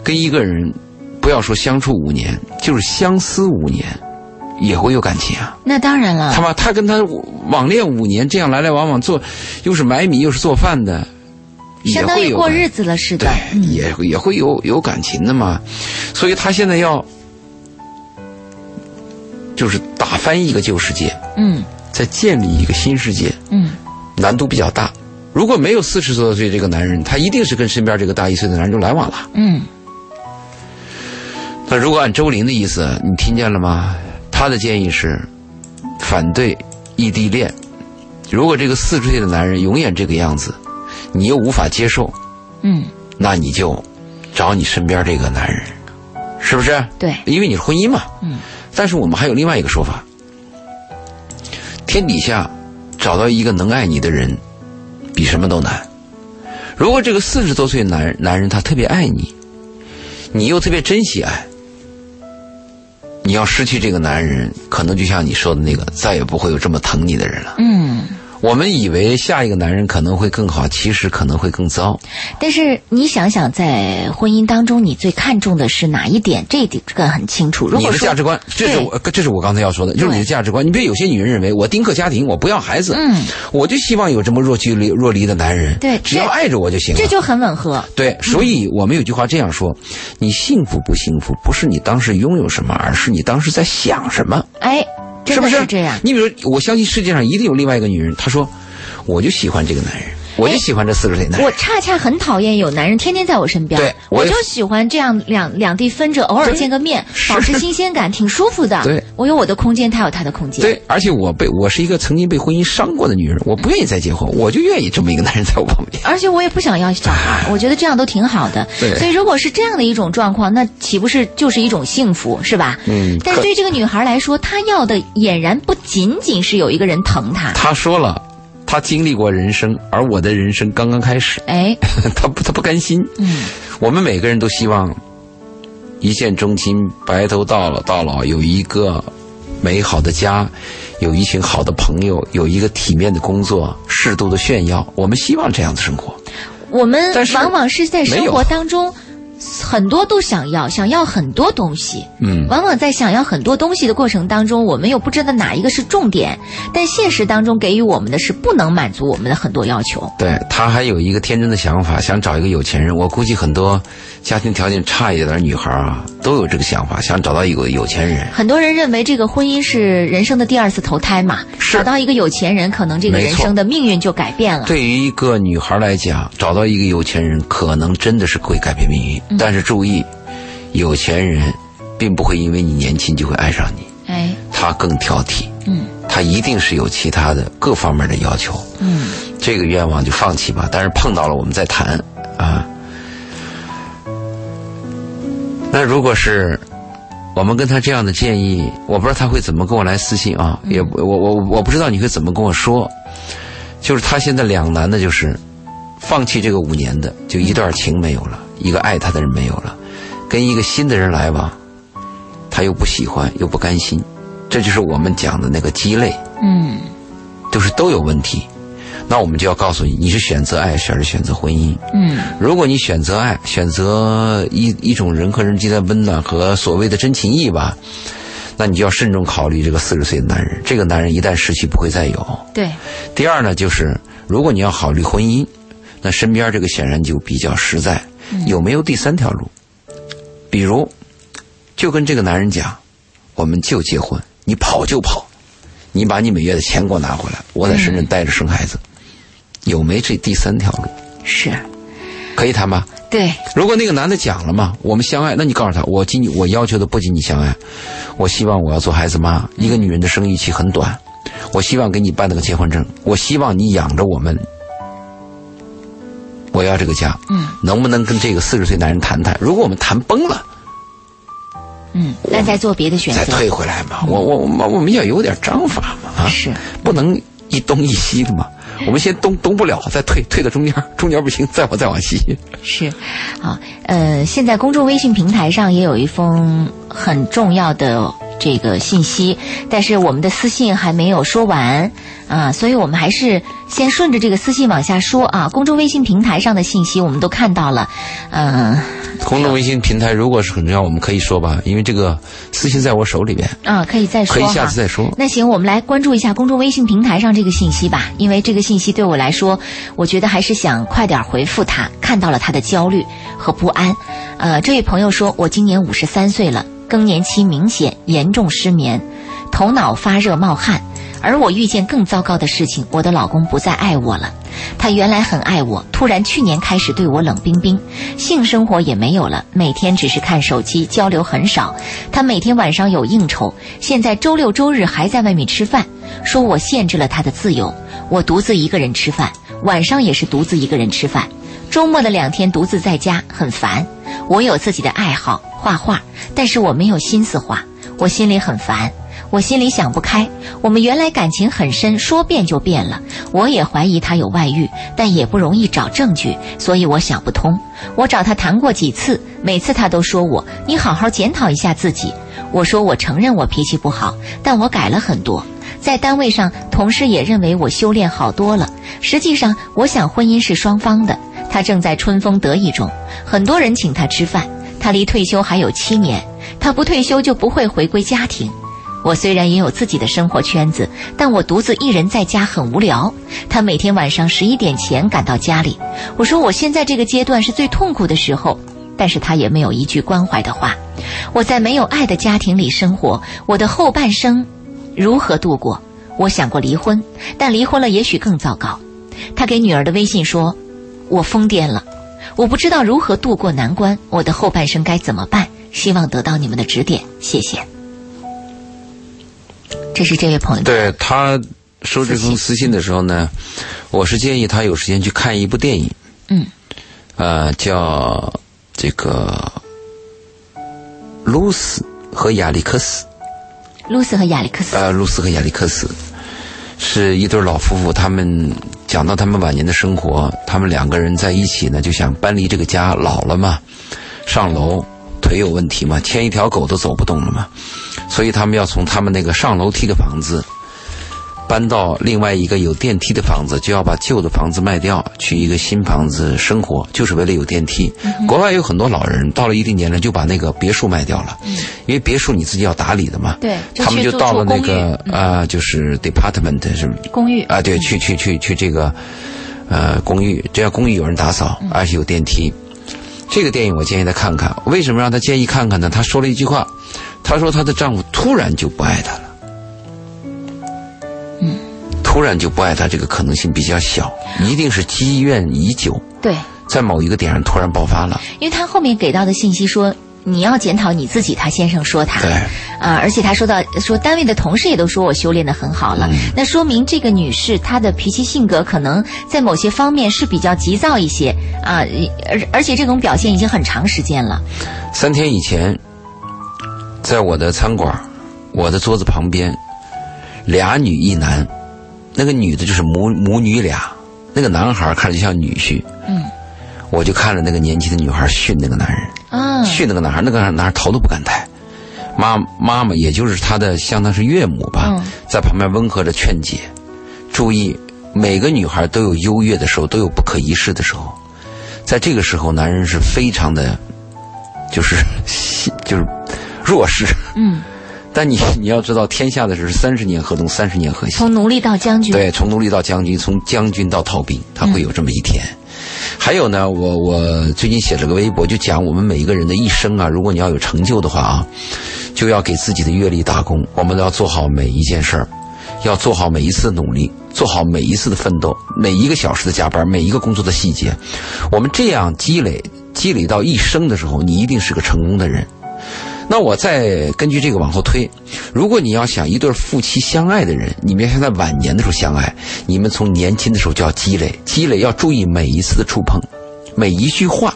Speaker 2: 跟一个人不要说相处五年，就是相思五年，也会有感情啊。
Speaker 1: 那当然了，
Speaker 2: 他把他跟他网恋五年，这样来来往往做，又是买米又是做饭的，也
Speaker 1: 相当
Speaker 2: 会
Speaker 1: 于
Speaker 2: 有
Speaker 1: 过
Speaker 2: 感
Speaker 1: 日子了似
Speaker 2: 对
Speaker 1: 的，，嗯，
Speaker 2: 也会也会有有感情的嘛，所以他现在要就是打翻一个旧世界，
Speaker 1: 嗯
Speaker 2: 再建立一个新世界，
Speaker 1: 嗯，
Speaker 2: 难度比较大。如果没有四十多岁这个男人，他一定是跟身边这个大一岁的男人就来往了。
Speaker 1: 嗯，
Speaker 2: 那如果按周玲的意思，你听见了吗？他的建议是反对异地恋。如果这个四十岁的男人永远这个样子，你又无法接受，
Speaker 1: 嗯，
Speaker 2: 那你就找你身边这个男人，是不是？
Speaker 1: 对，
Speaker 2: 因为你是婚姻嘛。
Speaker 1: 嗯。
Speaker 2: 但是我们还有另外一个说法：天底下找到一个能爱你的人，比什么都难。如果这个四十多岁男男人他特别爱你，你又特别珍惜爱，你要失去这个男人，可能就像你说的那个，再也不会有这么疼你的人了。
Speaker 1: 嗯。
Speaker 2: 我们以为下一个男人可能会更好，其实可能会更糟。
Speaker 1: 但是你想想，在婚姻当中，你最看重的是哪一点？这一点这个很清楚。如
Speaker 2: 你
Speaker 1: 果
Speaker 2: 的
Speaker 1: 说
Speaker 2: 价值观，这是我呃这是我刚才要说的，就是
Speaker 1: 对
Speaker 2: 你的价值观。你比如有些女人认为，我丁克家庭，我不要孩子，
Speaker 1: 嗯，
Speaker 2: 我就希望有这么若即离若离的男人，
Speaker 1: 对
Speaker 2: 只要
Speaker 1: 这
Speaker 2: 爱着我就行了
Speaker 1: 这。就嗯很吻合，
Speaker 2: 对，所以我们有句话这样说：你幸福不幸福，不是你当时拥有什么，而是你当时在想什么，
Speaker 1: 哎，
Speaker 2: 是
Speaker 1: 真
Speaker 2: 不
Speaker 1: 的
Speaker 2: 是
Speaker 1: 这样。
Speaker 2: 你比如，我相信世界上一定有另外一个女人，她说：“我就喜欢这个男人，我就喜欢这四十岁男人。”
Speaker 1: 哎我恰恰很讨厌有男人天天在我身边，
Speaker 2: 对我
Speaker 1: 我
Speaker 2: 也
Speaker 1: 就喜欢这样两两地分着，偶尔
Speaker 2: 对
Speaker 1: 见个面，
Speaker 2: 是
Speaker 1: 保持新鲜感，挺舒服的。
Speaker 2: 对
Speaker 1: 我有我的空间，他有他的空间。，
Speaker 2: 对，而且我被我是一个曾经被婚姻伤过的女人，我不愿意再结婚，我就愿意这么一个男人在我旁边。
Speaker 1: 而且我也不想要小孩，我觉得这样都挺好的。
Speaker 2: 哎对
Speaker 1: 所以如果是这样的一种状况，那岂不是就是一种幸福，是吧？
Speaker 2: 嗯
Speaker 1: 但
Speaker 2: 可
Speaker 1: 对这个女孩来说，她要的俨然不仅仅是有一个人疼她。
Speaker 2: 他说了，他经历过人生，而我的人生刚刚开始。
Speaker 1: 哎，
Speaker 2: 他不，他不甘心。
Speaker 1: 嗯，
Speaker 2: 我们每个人都希望一见钟情，白头到老，到老有一个美好的家，有一群好的朋友，有一个体面的工作，适度的炫耀。我们希望这样的生活。
Speaker 1: 我们
Speaker 2: 但是
Speaker 1: 往往是在生
Speaker 2: 没有
Speaker 1: 活当中，很多都想要，想要很多东西。
Speaker 2: 嗯，
Speaker 1: 往往在想要很多东西的过程当中，我们又不知道哪一个是重点，但现实当中给予我们的是不能满足我们的很多要求。
Speaker 2: 对他还有一个天真的想法，想找一个有钱人。我估计很多家庭条件差一点的女孩啊，都有这个想法，想找到一个有钱人。
Speaker 1: 很多人认为这个婚姻是人生的第二次投胎嘛，
Speaker 2: 是
Speaker 1: 找到一个有钱人，可能这个
Speaker 2: 没
Speaker 1: 人
Speaker 2: 错
Speaker 1: 生的命运就改变了。
Speaker 2: 对于一个女孩来讲，找到一个有钱人，可能真的是会改变命运。但是注意，有钱人并不会因为你年轻就会爱上你，
Speaker 1: 哎，
Speaker 2: 他更挑剔，
Speaker 1: 嗯
Speaker 2: 他一定是有其他的各方面的要求。
Speaker 1: 嗯，
Speaker 2: 这个愿望就放弃吧。但是碰到了，我们再谈啊。那如果是我们跟他这样的建议，我不知道他会怎么跟我来私信啊，也不我我我不知道你会怎么跟我说。就是他现在两难的就是，放弃这个五年的，就一段情没有了，一个爱他的人没有了，跟一个新的人来往，他又不喜欢又不甘心，这就是我们讲的那个鸡肋。
Speaker 1: 嗯，
Speaker 2: 就是都有问题，那我们就要告诉你，你是选择爱还是选择婚姻？
Speaker 1: 嗯，
Speaker 2: 如果你选择爱，选择一一种人和人之间的温暖和所谓的真情谊吧，那你就要慎重考虑这个四十岁的男人。这个男人一旦失去，不会再有。
Speaker 1: 对，
Speaker 2: 第二呢，就是如果你要考虑婚姻，那身边这个显然就比较实在。有没有第三条路？比如，就跟这个男人讲，我们就结婚，你跑就跑，你把你每月的钱给我拿回来，我在深圳待着生孩子。有没这第三条路？
Speaker 1: 是，
Speaker 2: 可以谈吧？
Speaker 1: 对，
Speaker 2: 如果那个男的讲了嘛，我们相爱，那你告诉他，我今我要求的不仅仅相爱，我希望我要做孩子妈。一个女人的生育期很短，我希望给你办了个结婚证，我希望你养着我们，我要这个家。
Speaker 1: 嗯，
Speaker 2: 能不能跟这个四十岁男人谈谈？如果我们谈崩了，
Speaker 1: 嗯，那再做别的选
Speaker 2: 再
Speaker 1: 择。
Speaker 2: 退回来嘛。我我我我们要有点章法嘛啊，
Speaker 1: 嗯是，
Speaker 2: 不能一东一西的嘛。我们先东东不了，再退退到中间，中间不行，再往再往西。
Speaker 1: 是，啊，呃，现在公众微信平台上也有一封很重要的这个信息，但是我们的私信还没有说完啊，所以我们还是先顺着这个私信往下说啊。公众微信平台上的信息我们都看到了，嗯、
Speaker 2: 公众微信平台如果是很重要，我们可以说吧，因为这个私信在我手里边，
Speaker 1: 啊，可以再说
Speaker 2: 可以
Speaker 1: 哈。
Speaker 2: 下次再说。
Speaker 1: 那行，我们来关注一下公众微信平台上这个信息吧，因为这个信息对我来说，我觉得还是想快点回复他，看到了他的焦虑和不安。呃，这位朋友说，我今年五十三岁了，更年期明显，严重失眠，头脑发热冒汗。而我遇见更糟糕的事情，我的老公不再爱我了。他原来很爱我，突然去年开始对我冷冰冰，性生活也没有了，每天只是看手机，交流很少。他每天晚上有应酬，现在周六周日还在外面吃饭，说我限制了他的自由。我独自一个人吃饭，晚上也是独自一个人吃饭。周末的两天独自在家很烦。我有自己的爱好，画画，但是我没有心思画，我心里很烦。我心里想不开，我们原来感情很深，说变就变了。我也怀疑他有外遇，但也不容易找证据，所以我想不通。我找他谈过几次，每次他都说我：“你好好检讨一下自己。”我说：“我承认我脾气不好，但我改了很多。”在单位上，同事也认为我修炼好多了。实际上，我想婚姻是双方的，他正在春风得意中，很多人请他吃饭。他离退休还有七年，他不退休就不会回归家庭。我虽然也有自己的生活圈子，但我独自一人在家很无聊。他每天晚上十一点前赶到家里，我说我现在这个阶段是最痛苦的时候，但是他也没有一句关怀的话。我在没有爱的家庭里生活，我的后半生如何度过？我想过离婚，但离婚了也许更糟糕。他给女儿的微信说：“我疯癫了，我不知道如何度过难关，我的后半生该怎么办？希望得到你们的指点，谢谢。”这是这位朋友的
Speaker 2: 对他收这封私信的时候呢，我是建议他有时间去看一部电影，
Speaker 1: 嗯，
Speaker 2: 呃，叫这个露丝和亚历克斯，
Speaker 1: 露丝和亚历克斯。
Speaker 2: 呃，露丝和亚历克斯是一对老夫妇，他们讲到他们晚年的生活，他们两个人在一起呢，就想搬离这个家，老了嘛，上楼腿有问题嘛，牵一条狗都走不动了嘛，所以他们要从他们那个上楼梯的房子搬到另外一个有电梯的房子，就要把旧的房子卖掉，去一个新房子生活，就是为了有电梯。
Speaker 4: 嗯
Speaker 2: 国外有很多老人到了一定年龄就把那个别墅卖掉了，因为别墅你自己要打理的嘛。
Speaker 4: 嗯对就
Speaker 2: 他们
Speaker 4: 去
Speaker 2: 就
Speaker 4: 住
Speaker 2: 到了那
Speaker 4: 公嗯
Speaker 2: 个啊、呃就是 department 是
Speaker 4: 公寓
Speaker 2: 啊，对，去去去去这个呃公寓，只要公寓有人打扫，
Speaker 4: 嗯
Speaker 2: 而且有电梯。这个电影我建议他看看。为什么让他建议看看呢？他说了一句话，他说她的丈夫突然就不爱她了。嗯，突然就不爱她，这个可能性比较小，一定是积怨已久，
Speaker 1: 对，
Speaker 2: 在某一个点上突然爆发了。
Speaker 1: 因为他后面给到的信息说。你要检讨你自己，他先生说他，
Speaker 2: 对
Speaker 1: 啊、而且他说到说单位的同事也都说我修炼的很好了，
Speaker 2: 嗯
Speaker 1: 那说明这个女士她的脾气性格可能在某些方面是比较急躁一些啊，而而且这种表现已经很长时间了，
Speaker 2: 三天以前，在我的餐馆，我的桌子旁边，俩女一男，那个女的就是母母女俩，那个男孩看着就像女婿。嗯，我就看着那个年轻的女孩训那个男人，
Speaker 1: 嗯，
Speaker 2: 训那个男孩，那个男孩头都不敢抬。妈妈妈，也就是他的相当是岳母吧，
Speaker 1: 嗯
Speaker 2: 在旁边温和的劝解，注意每个女孩都有优越的时候，都有不可一世的时候，在这个时候，男人是非常的，就是 就是弱势。
Speaker 1: 嗯，
Speaker 2: 但你你要知道，天下的是三十年河东，三十年河西。
Speaker 1: 从奴隶到将军，嗯
Speaker 2: 对，从奴隶到将军，从将军到逃兵，他会有这么一天。还有呢，我我最近写了个微博，就讲我们每一个人的一生啊，如果你要有成就的话啊，就要给自己的阅历打工，我们都要做好每一件事儿。要做好每一次的努力，做好每一次的奋斗，每一个小时的加班，每一个工作的细节，我们这样积累，积累到一生的时候，你一定是个成功的人。那我再根据这个往后推，如果你要想一对夫妻相爱的人，你们要想在晚年的时候相爱，你们从年轻的时候就要积累，积累要注意每一次的触碰，每一句话，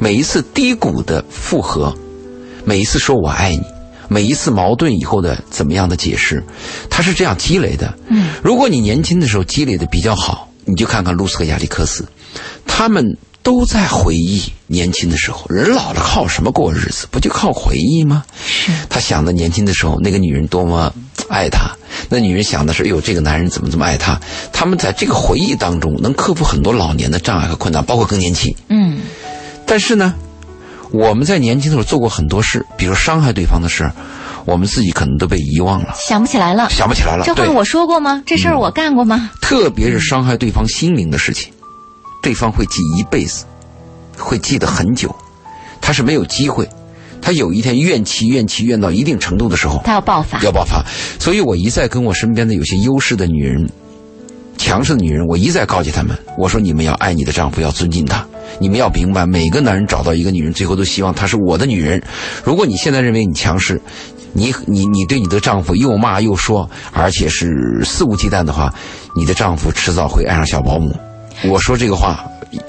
Speaker 2: 每一次低谷的复合，每一次说我爱你，每一次矛盾以后的怎么样的解释，它是这样积累的。嗯，如果你年轻的时候积累的比较好，你就看看露丝和亚历克斯，他们都在回忆年轻的时候。人老了靠什么过日子？不就靠回忆吗？是。他想的年轻的时候，那个女人多么爱他，那女人想的是，哎呦，这个男人怎么这么爱他？他们在这个回忆当中，能克服很多老年的障碍和困难，包括更年期。
Speaker 1: 嗯，
Speaker 2: 但是呢，我们在年轻的时候做过很多事，比如伤害对方的事，我们自己可能都被遗忘了，
Speaker 1: 想不起来了，
Speaker 2: 想不起来了。
Speaker 1: 这
Speaker 2: 对嗯
Speaker 1: 话我说过吗？这事儿我干过吗？
Speaker 2: 特别是伤害对方心灵的事情，对方会记一辈子，会记得很久，他是没有机会。他有一天怨气怨气怨到一定程度的时候，
Speaker 1: 他要啊爆发，
Speaker 2: 要爆发。所以我一再跟我身边的有些优势的女人、强势的女人，我一再告诫她们，我说你们要爱你的丈夫，要尊敬他。你们要明白，每个男人找到一个女人，最后都希望她是我的女人。如果你现在认为你强势，你你你对你的丈夫又骂又说，而且是肆无忌惮的话，你的丈夫迟早会爱上小保姆。我说这个话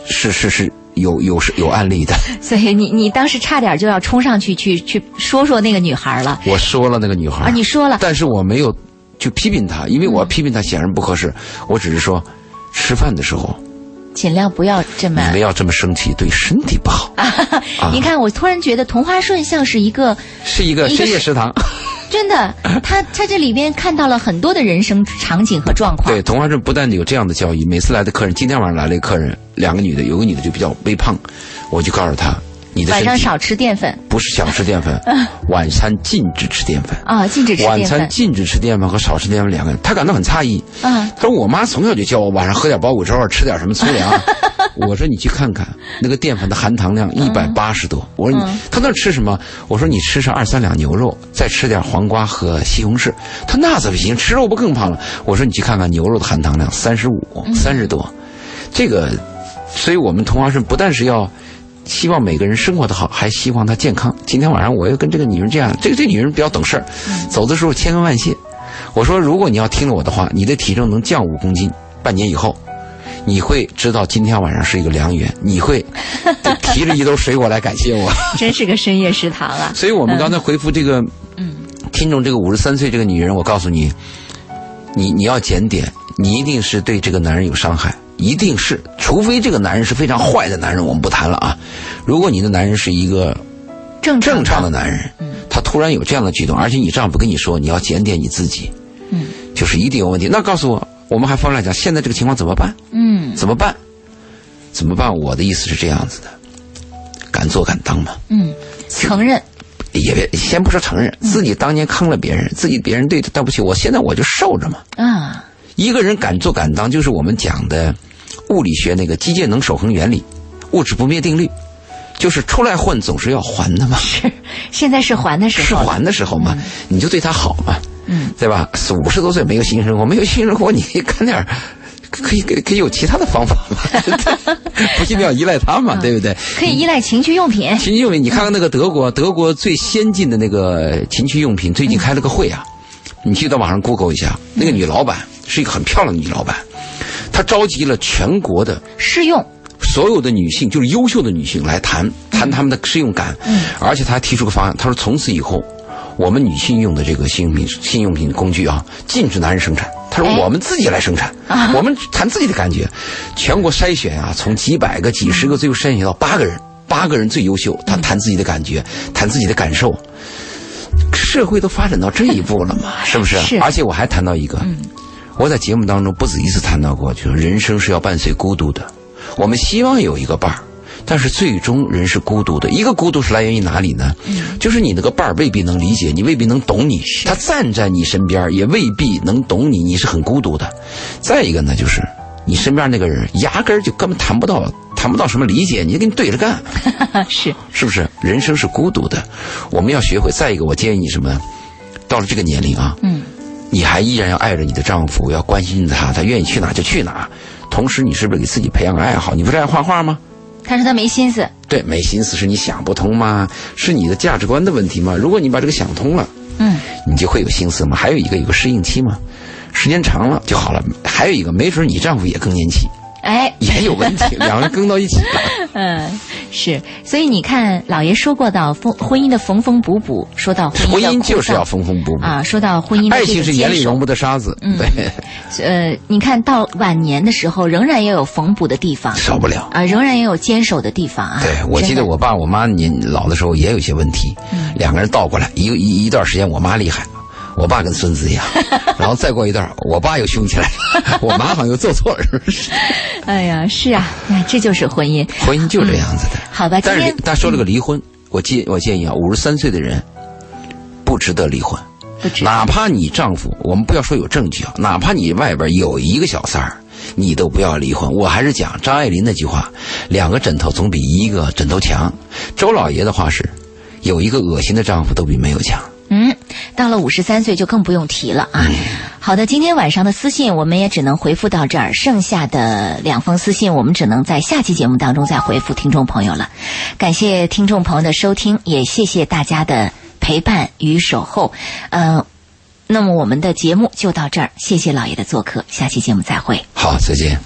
Speaker 2: 是是是有有是有案例的。
Speaker 1: 所以你你当时差点就要冲上去去去说说那个女孩了
Speaker 2: 我说了那个女孩儿
Speaker 1: 啊！你说 了，
Speaker 2: 但是我没有去批评他，因为我要批评他显然不合适。我只是说，吃饭的时 候
Speaker 1: 尽量不要这么
Speaker 2: 你。们要这么生气，对身体不好。
Speaker 1: 您
Speaker 2: 啊
Speaker 1: 看，我突然觉得桐花顺像是一个
Speaker 2: 是一个
Speaker 1: 一个
Speaker 2: 深夜食堂，
Speaker 1: 真 的，他他这里边看到了很多的人生场景和状况。
Speaker 2: 对，同花顺不但有这样的教育，每次来的客人，今天晚上来了一个客人，两个女的，有个女的就比较微胖，我就告诉她，你的
Speaker 1: 晚
Speaker 2: 身
Speaker 1: 上
Speaker 2: 体
Speaker 1: 少吃淀粉
Speaker 2: 不是想吃淀 粉，晚餐禁止吃淀粉。
Speaker 1: 啊，禁止吃
Speaker 2: 晚
Speaker 1: 淀
Speaker 2: 餐
Speaker 1: 粉。
Speaker 2: 禁止吃淀粉和少吃淀粉两个人，他感到很诧异。
Speaker 1: 嗯
Speaker 2: 他说：“我妈从小就教我晚上喝点包谷粥，吃点什么粗 粮。”我说：“你去看看那个淀粉的含糖量一百八十多。”我说你：“他那吃什么？”我说：“你吃上二三两牛肉，再吃点黄瓜和西红柿。”他那怎么行？吃肉不更胖了？我说：“你去看看牛肉的含糖量三十五，三十多。”这个，所以我们同花顺不但是要。希望每个人生活的好，还希望她健康。今天晚上我要跟这个女人这样，这个这女人比较懂事儿，走的时候千恩万谢。我说，如果你要听了我的话，你的体重能降五公斤，半年以后，你会知道今天晚上是一个良缘，你会就提着一兜水果来感谢我。
Speaker 1: 真是个深夜食堂啊！嗯
Speaker 2: 所以我们刚才回复这个，嗯，听众这个五十三岁这个女人，我告诉你，你你要检点，你一定是对这个男人有伤害，一定是，除非这个男人是非常坏的男人，我们不谈了啊。如果你的男人是一个
Speaker 1: 正常
Speaker 2: 正常的男人，
Speaker 1: 嗯
Speaker 2: 他突然有这样的举动，而且你丈夫跟你说你要检点你自己，
Speaker 1: 嗯，
Speaker 2: 就是一定有问题。那告诉我，我们还方便讲，现在这个情况怎么办？
Speaker 1: 嗯
Speaker 2: 怎么办？怎么办？我的意思是这样子的，敢做敢当嘛，
Speaker 1: 嗯，承认
Speaker 2: 也别先不说承认，自己当年坑了别人，自己别人对对不起，我现在我就受着嘛。
Speaker 1: 啊，
Speaker 2: 一个人敢做敢当，就是我们讲的物理学那个机械能守恒原理，物质不灭定律，就是出来混总是要还的嘛，
Speaker 1: 现在是还的时
Speaker 2: 是嗯
Speaker 1: 候了，
Speaker 2: 还的时候嘛，你就对他好嘛，
Speaker 1: 嗯，
Speaker 2: 对吧？五十多岁没有新生活，没有新生活，你干点儿可以可以可以有其他的方法嘛， 不一定要依赖他嘛，对不对？
Speaker 1: 可以依赖情趣用 品。
Speaker 2: 情趣用品，你看看那个德国，德国最先进的那个情趣用品，最近开了个会啊，你去到网上 Google 一下，那个女老板是一个很漂亮的女老板，她召集了全国的
Speaker 1: 试用，
Speaker 2: 所有的女性，就是优秀的女性来谈
Speaker 1: 嗯
Speaker 2: 谈她们的试用感，而且她还提出个方案，她说从此以后，我们女性用的这个性用品性用品工具啊，禁止男人生产。她说
Speaker 1: 哎啊
Speaker 2: 我们自己来生产，我们谈自己的感觉。全国筛选啊，从几百个、几十个，最后筛选到八个人，八个人最优秀，他谈自己的感觉，谈自己的感受。社会都发展到这一 步了嘛，是不是？
Speaker 1: 是嗯
Speaker 2: 而且我还谈到一个，我在节目当中不止一次谈到过，就是人生是要伴随孤独的。我们希望有一个伴儿，但是最终人是孤独的。一个孤独是来源于哪里呢？就是你那个伴儿未必能理解你，未必能懂你。他站在你身边儿，也未必能懂你，你是很孤独的。再一个呢，就是你身边那个人压根儿就根本谈不到，谈不到什么理解，你就跟你对着干。
Speaker 1: 是
Speaker 2: 是不是？人生是孤独的，我们要学会。再一个，我建议你什么呢？到了这个年龄啊，
Speaker 1: 嗯，
Speaker 2: 你还依然要爱着你的丈夫，要关心他，他愿意去哪就去哪。同时，你是不是给自己培养个爱好？你不是爱画画吗？
Speaker 1: 他说他没心思，
Speaker 2: 对，没心思是你想不通吗？是你的价值观的问题吗？如果你把这个想通了，
Speaker 1: 嗯，
Speaker 2: 你就会有心思吗？还有一个有个适应期嘛，时间长了就好了。还有一个，没准你丈夫也更年期，
Speaker 1: 哎，
Speaker 2: 也有 问题，两个人更到一起了。
Speaker 1: 嗯，是，所以你看，老爷说过到婚婚姻的缝缝补补，说到婚
Speaker 2: 婚
Speaker 1: 姻的
Speaker 2: 姻就是
Speaker 1: 枯燥
Speaker 2: 要缝缝补补，
Speaker 1: 啊，说到婚姻的
Speaker 2: 爱
Speaker 1: 这
Speaker 2: 情
Speaker 1: 个
Speaker 2: 是眼里
Speaker 1: 坚守
Speaker 2: 容不得沙子，
Speaker 1: 嗯
Speaker 2: 对。
Speaker 1: 呃，你看到晚年的时候，仍然也有缝补的地方
Speaker 2: 少不了。
Speaker 1: 啊，仍然也有坚守的地方啊。
Speaker 2: 对，我记
Speaker 1: 真的嗯
Speaker 2: 得我爸我妈年老的时候也有一些问题，两个人倒过来，一一一段时间我妈厉害，我爸跟孙子 一样，然后再过一段我爸又凶起来，我妈好像又做错了，是不是？
Speaker 1: 哎呀，是啊，哎这就是婚姻。
Speaker 2: 婚姻就这样子的。
Speaker 1: 好哎吧，今
Speaker 2: 但是
Speaker 1: 天嗯
Speaker 2: 离他说了个离婚，我建我建议啊，五十三岁的人不值得离婚，
Speaker 1: 不知
Speaker 2: 哪怕你丈夫，我们不要说有证据啊，哪怕你外边有一个小三儿，你都不要离婚。我还是讲张爱玲那句话：两个枕头总比一个枕头强。周老爷的话是，有一个恶心的丈夫都比没有强。
Speaker 1: 嗯，到了五十三岁就更不用提了啊。好的，今天晚上的私信我们也只能回复到这儿，剩下的两封私信我们只能在下期节目当中再回复听众朋友了。感谢听众朋友的收听，也谢谢大家的陪伴与守候。呃，那么我们的节目就到这儿，谢谢老爷的做客，下期节目再会。
Speaker 2: 好，再见。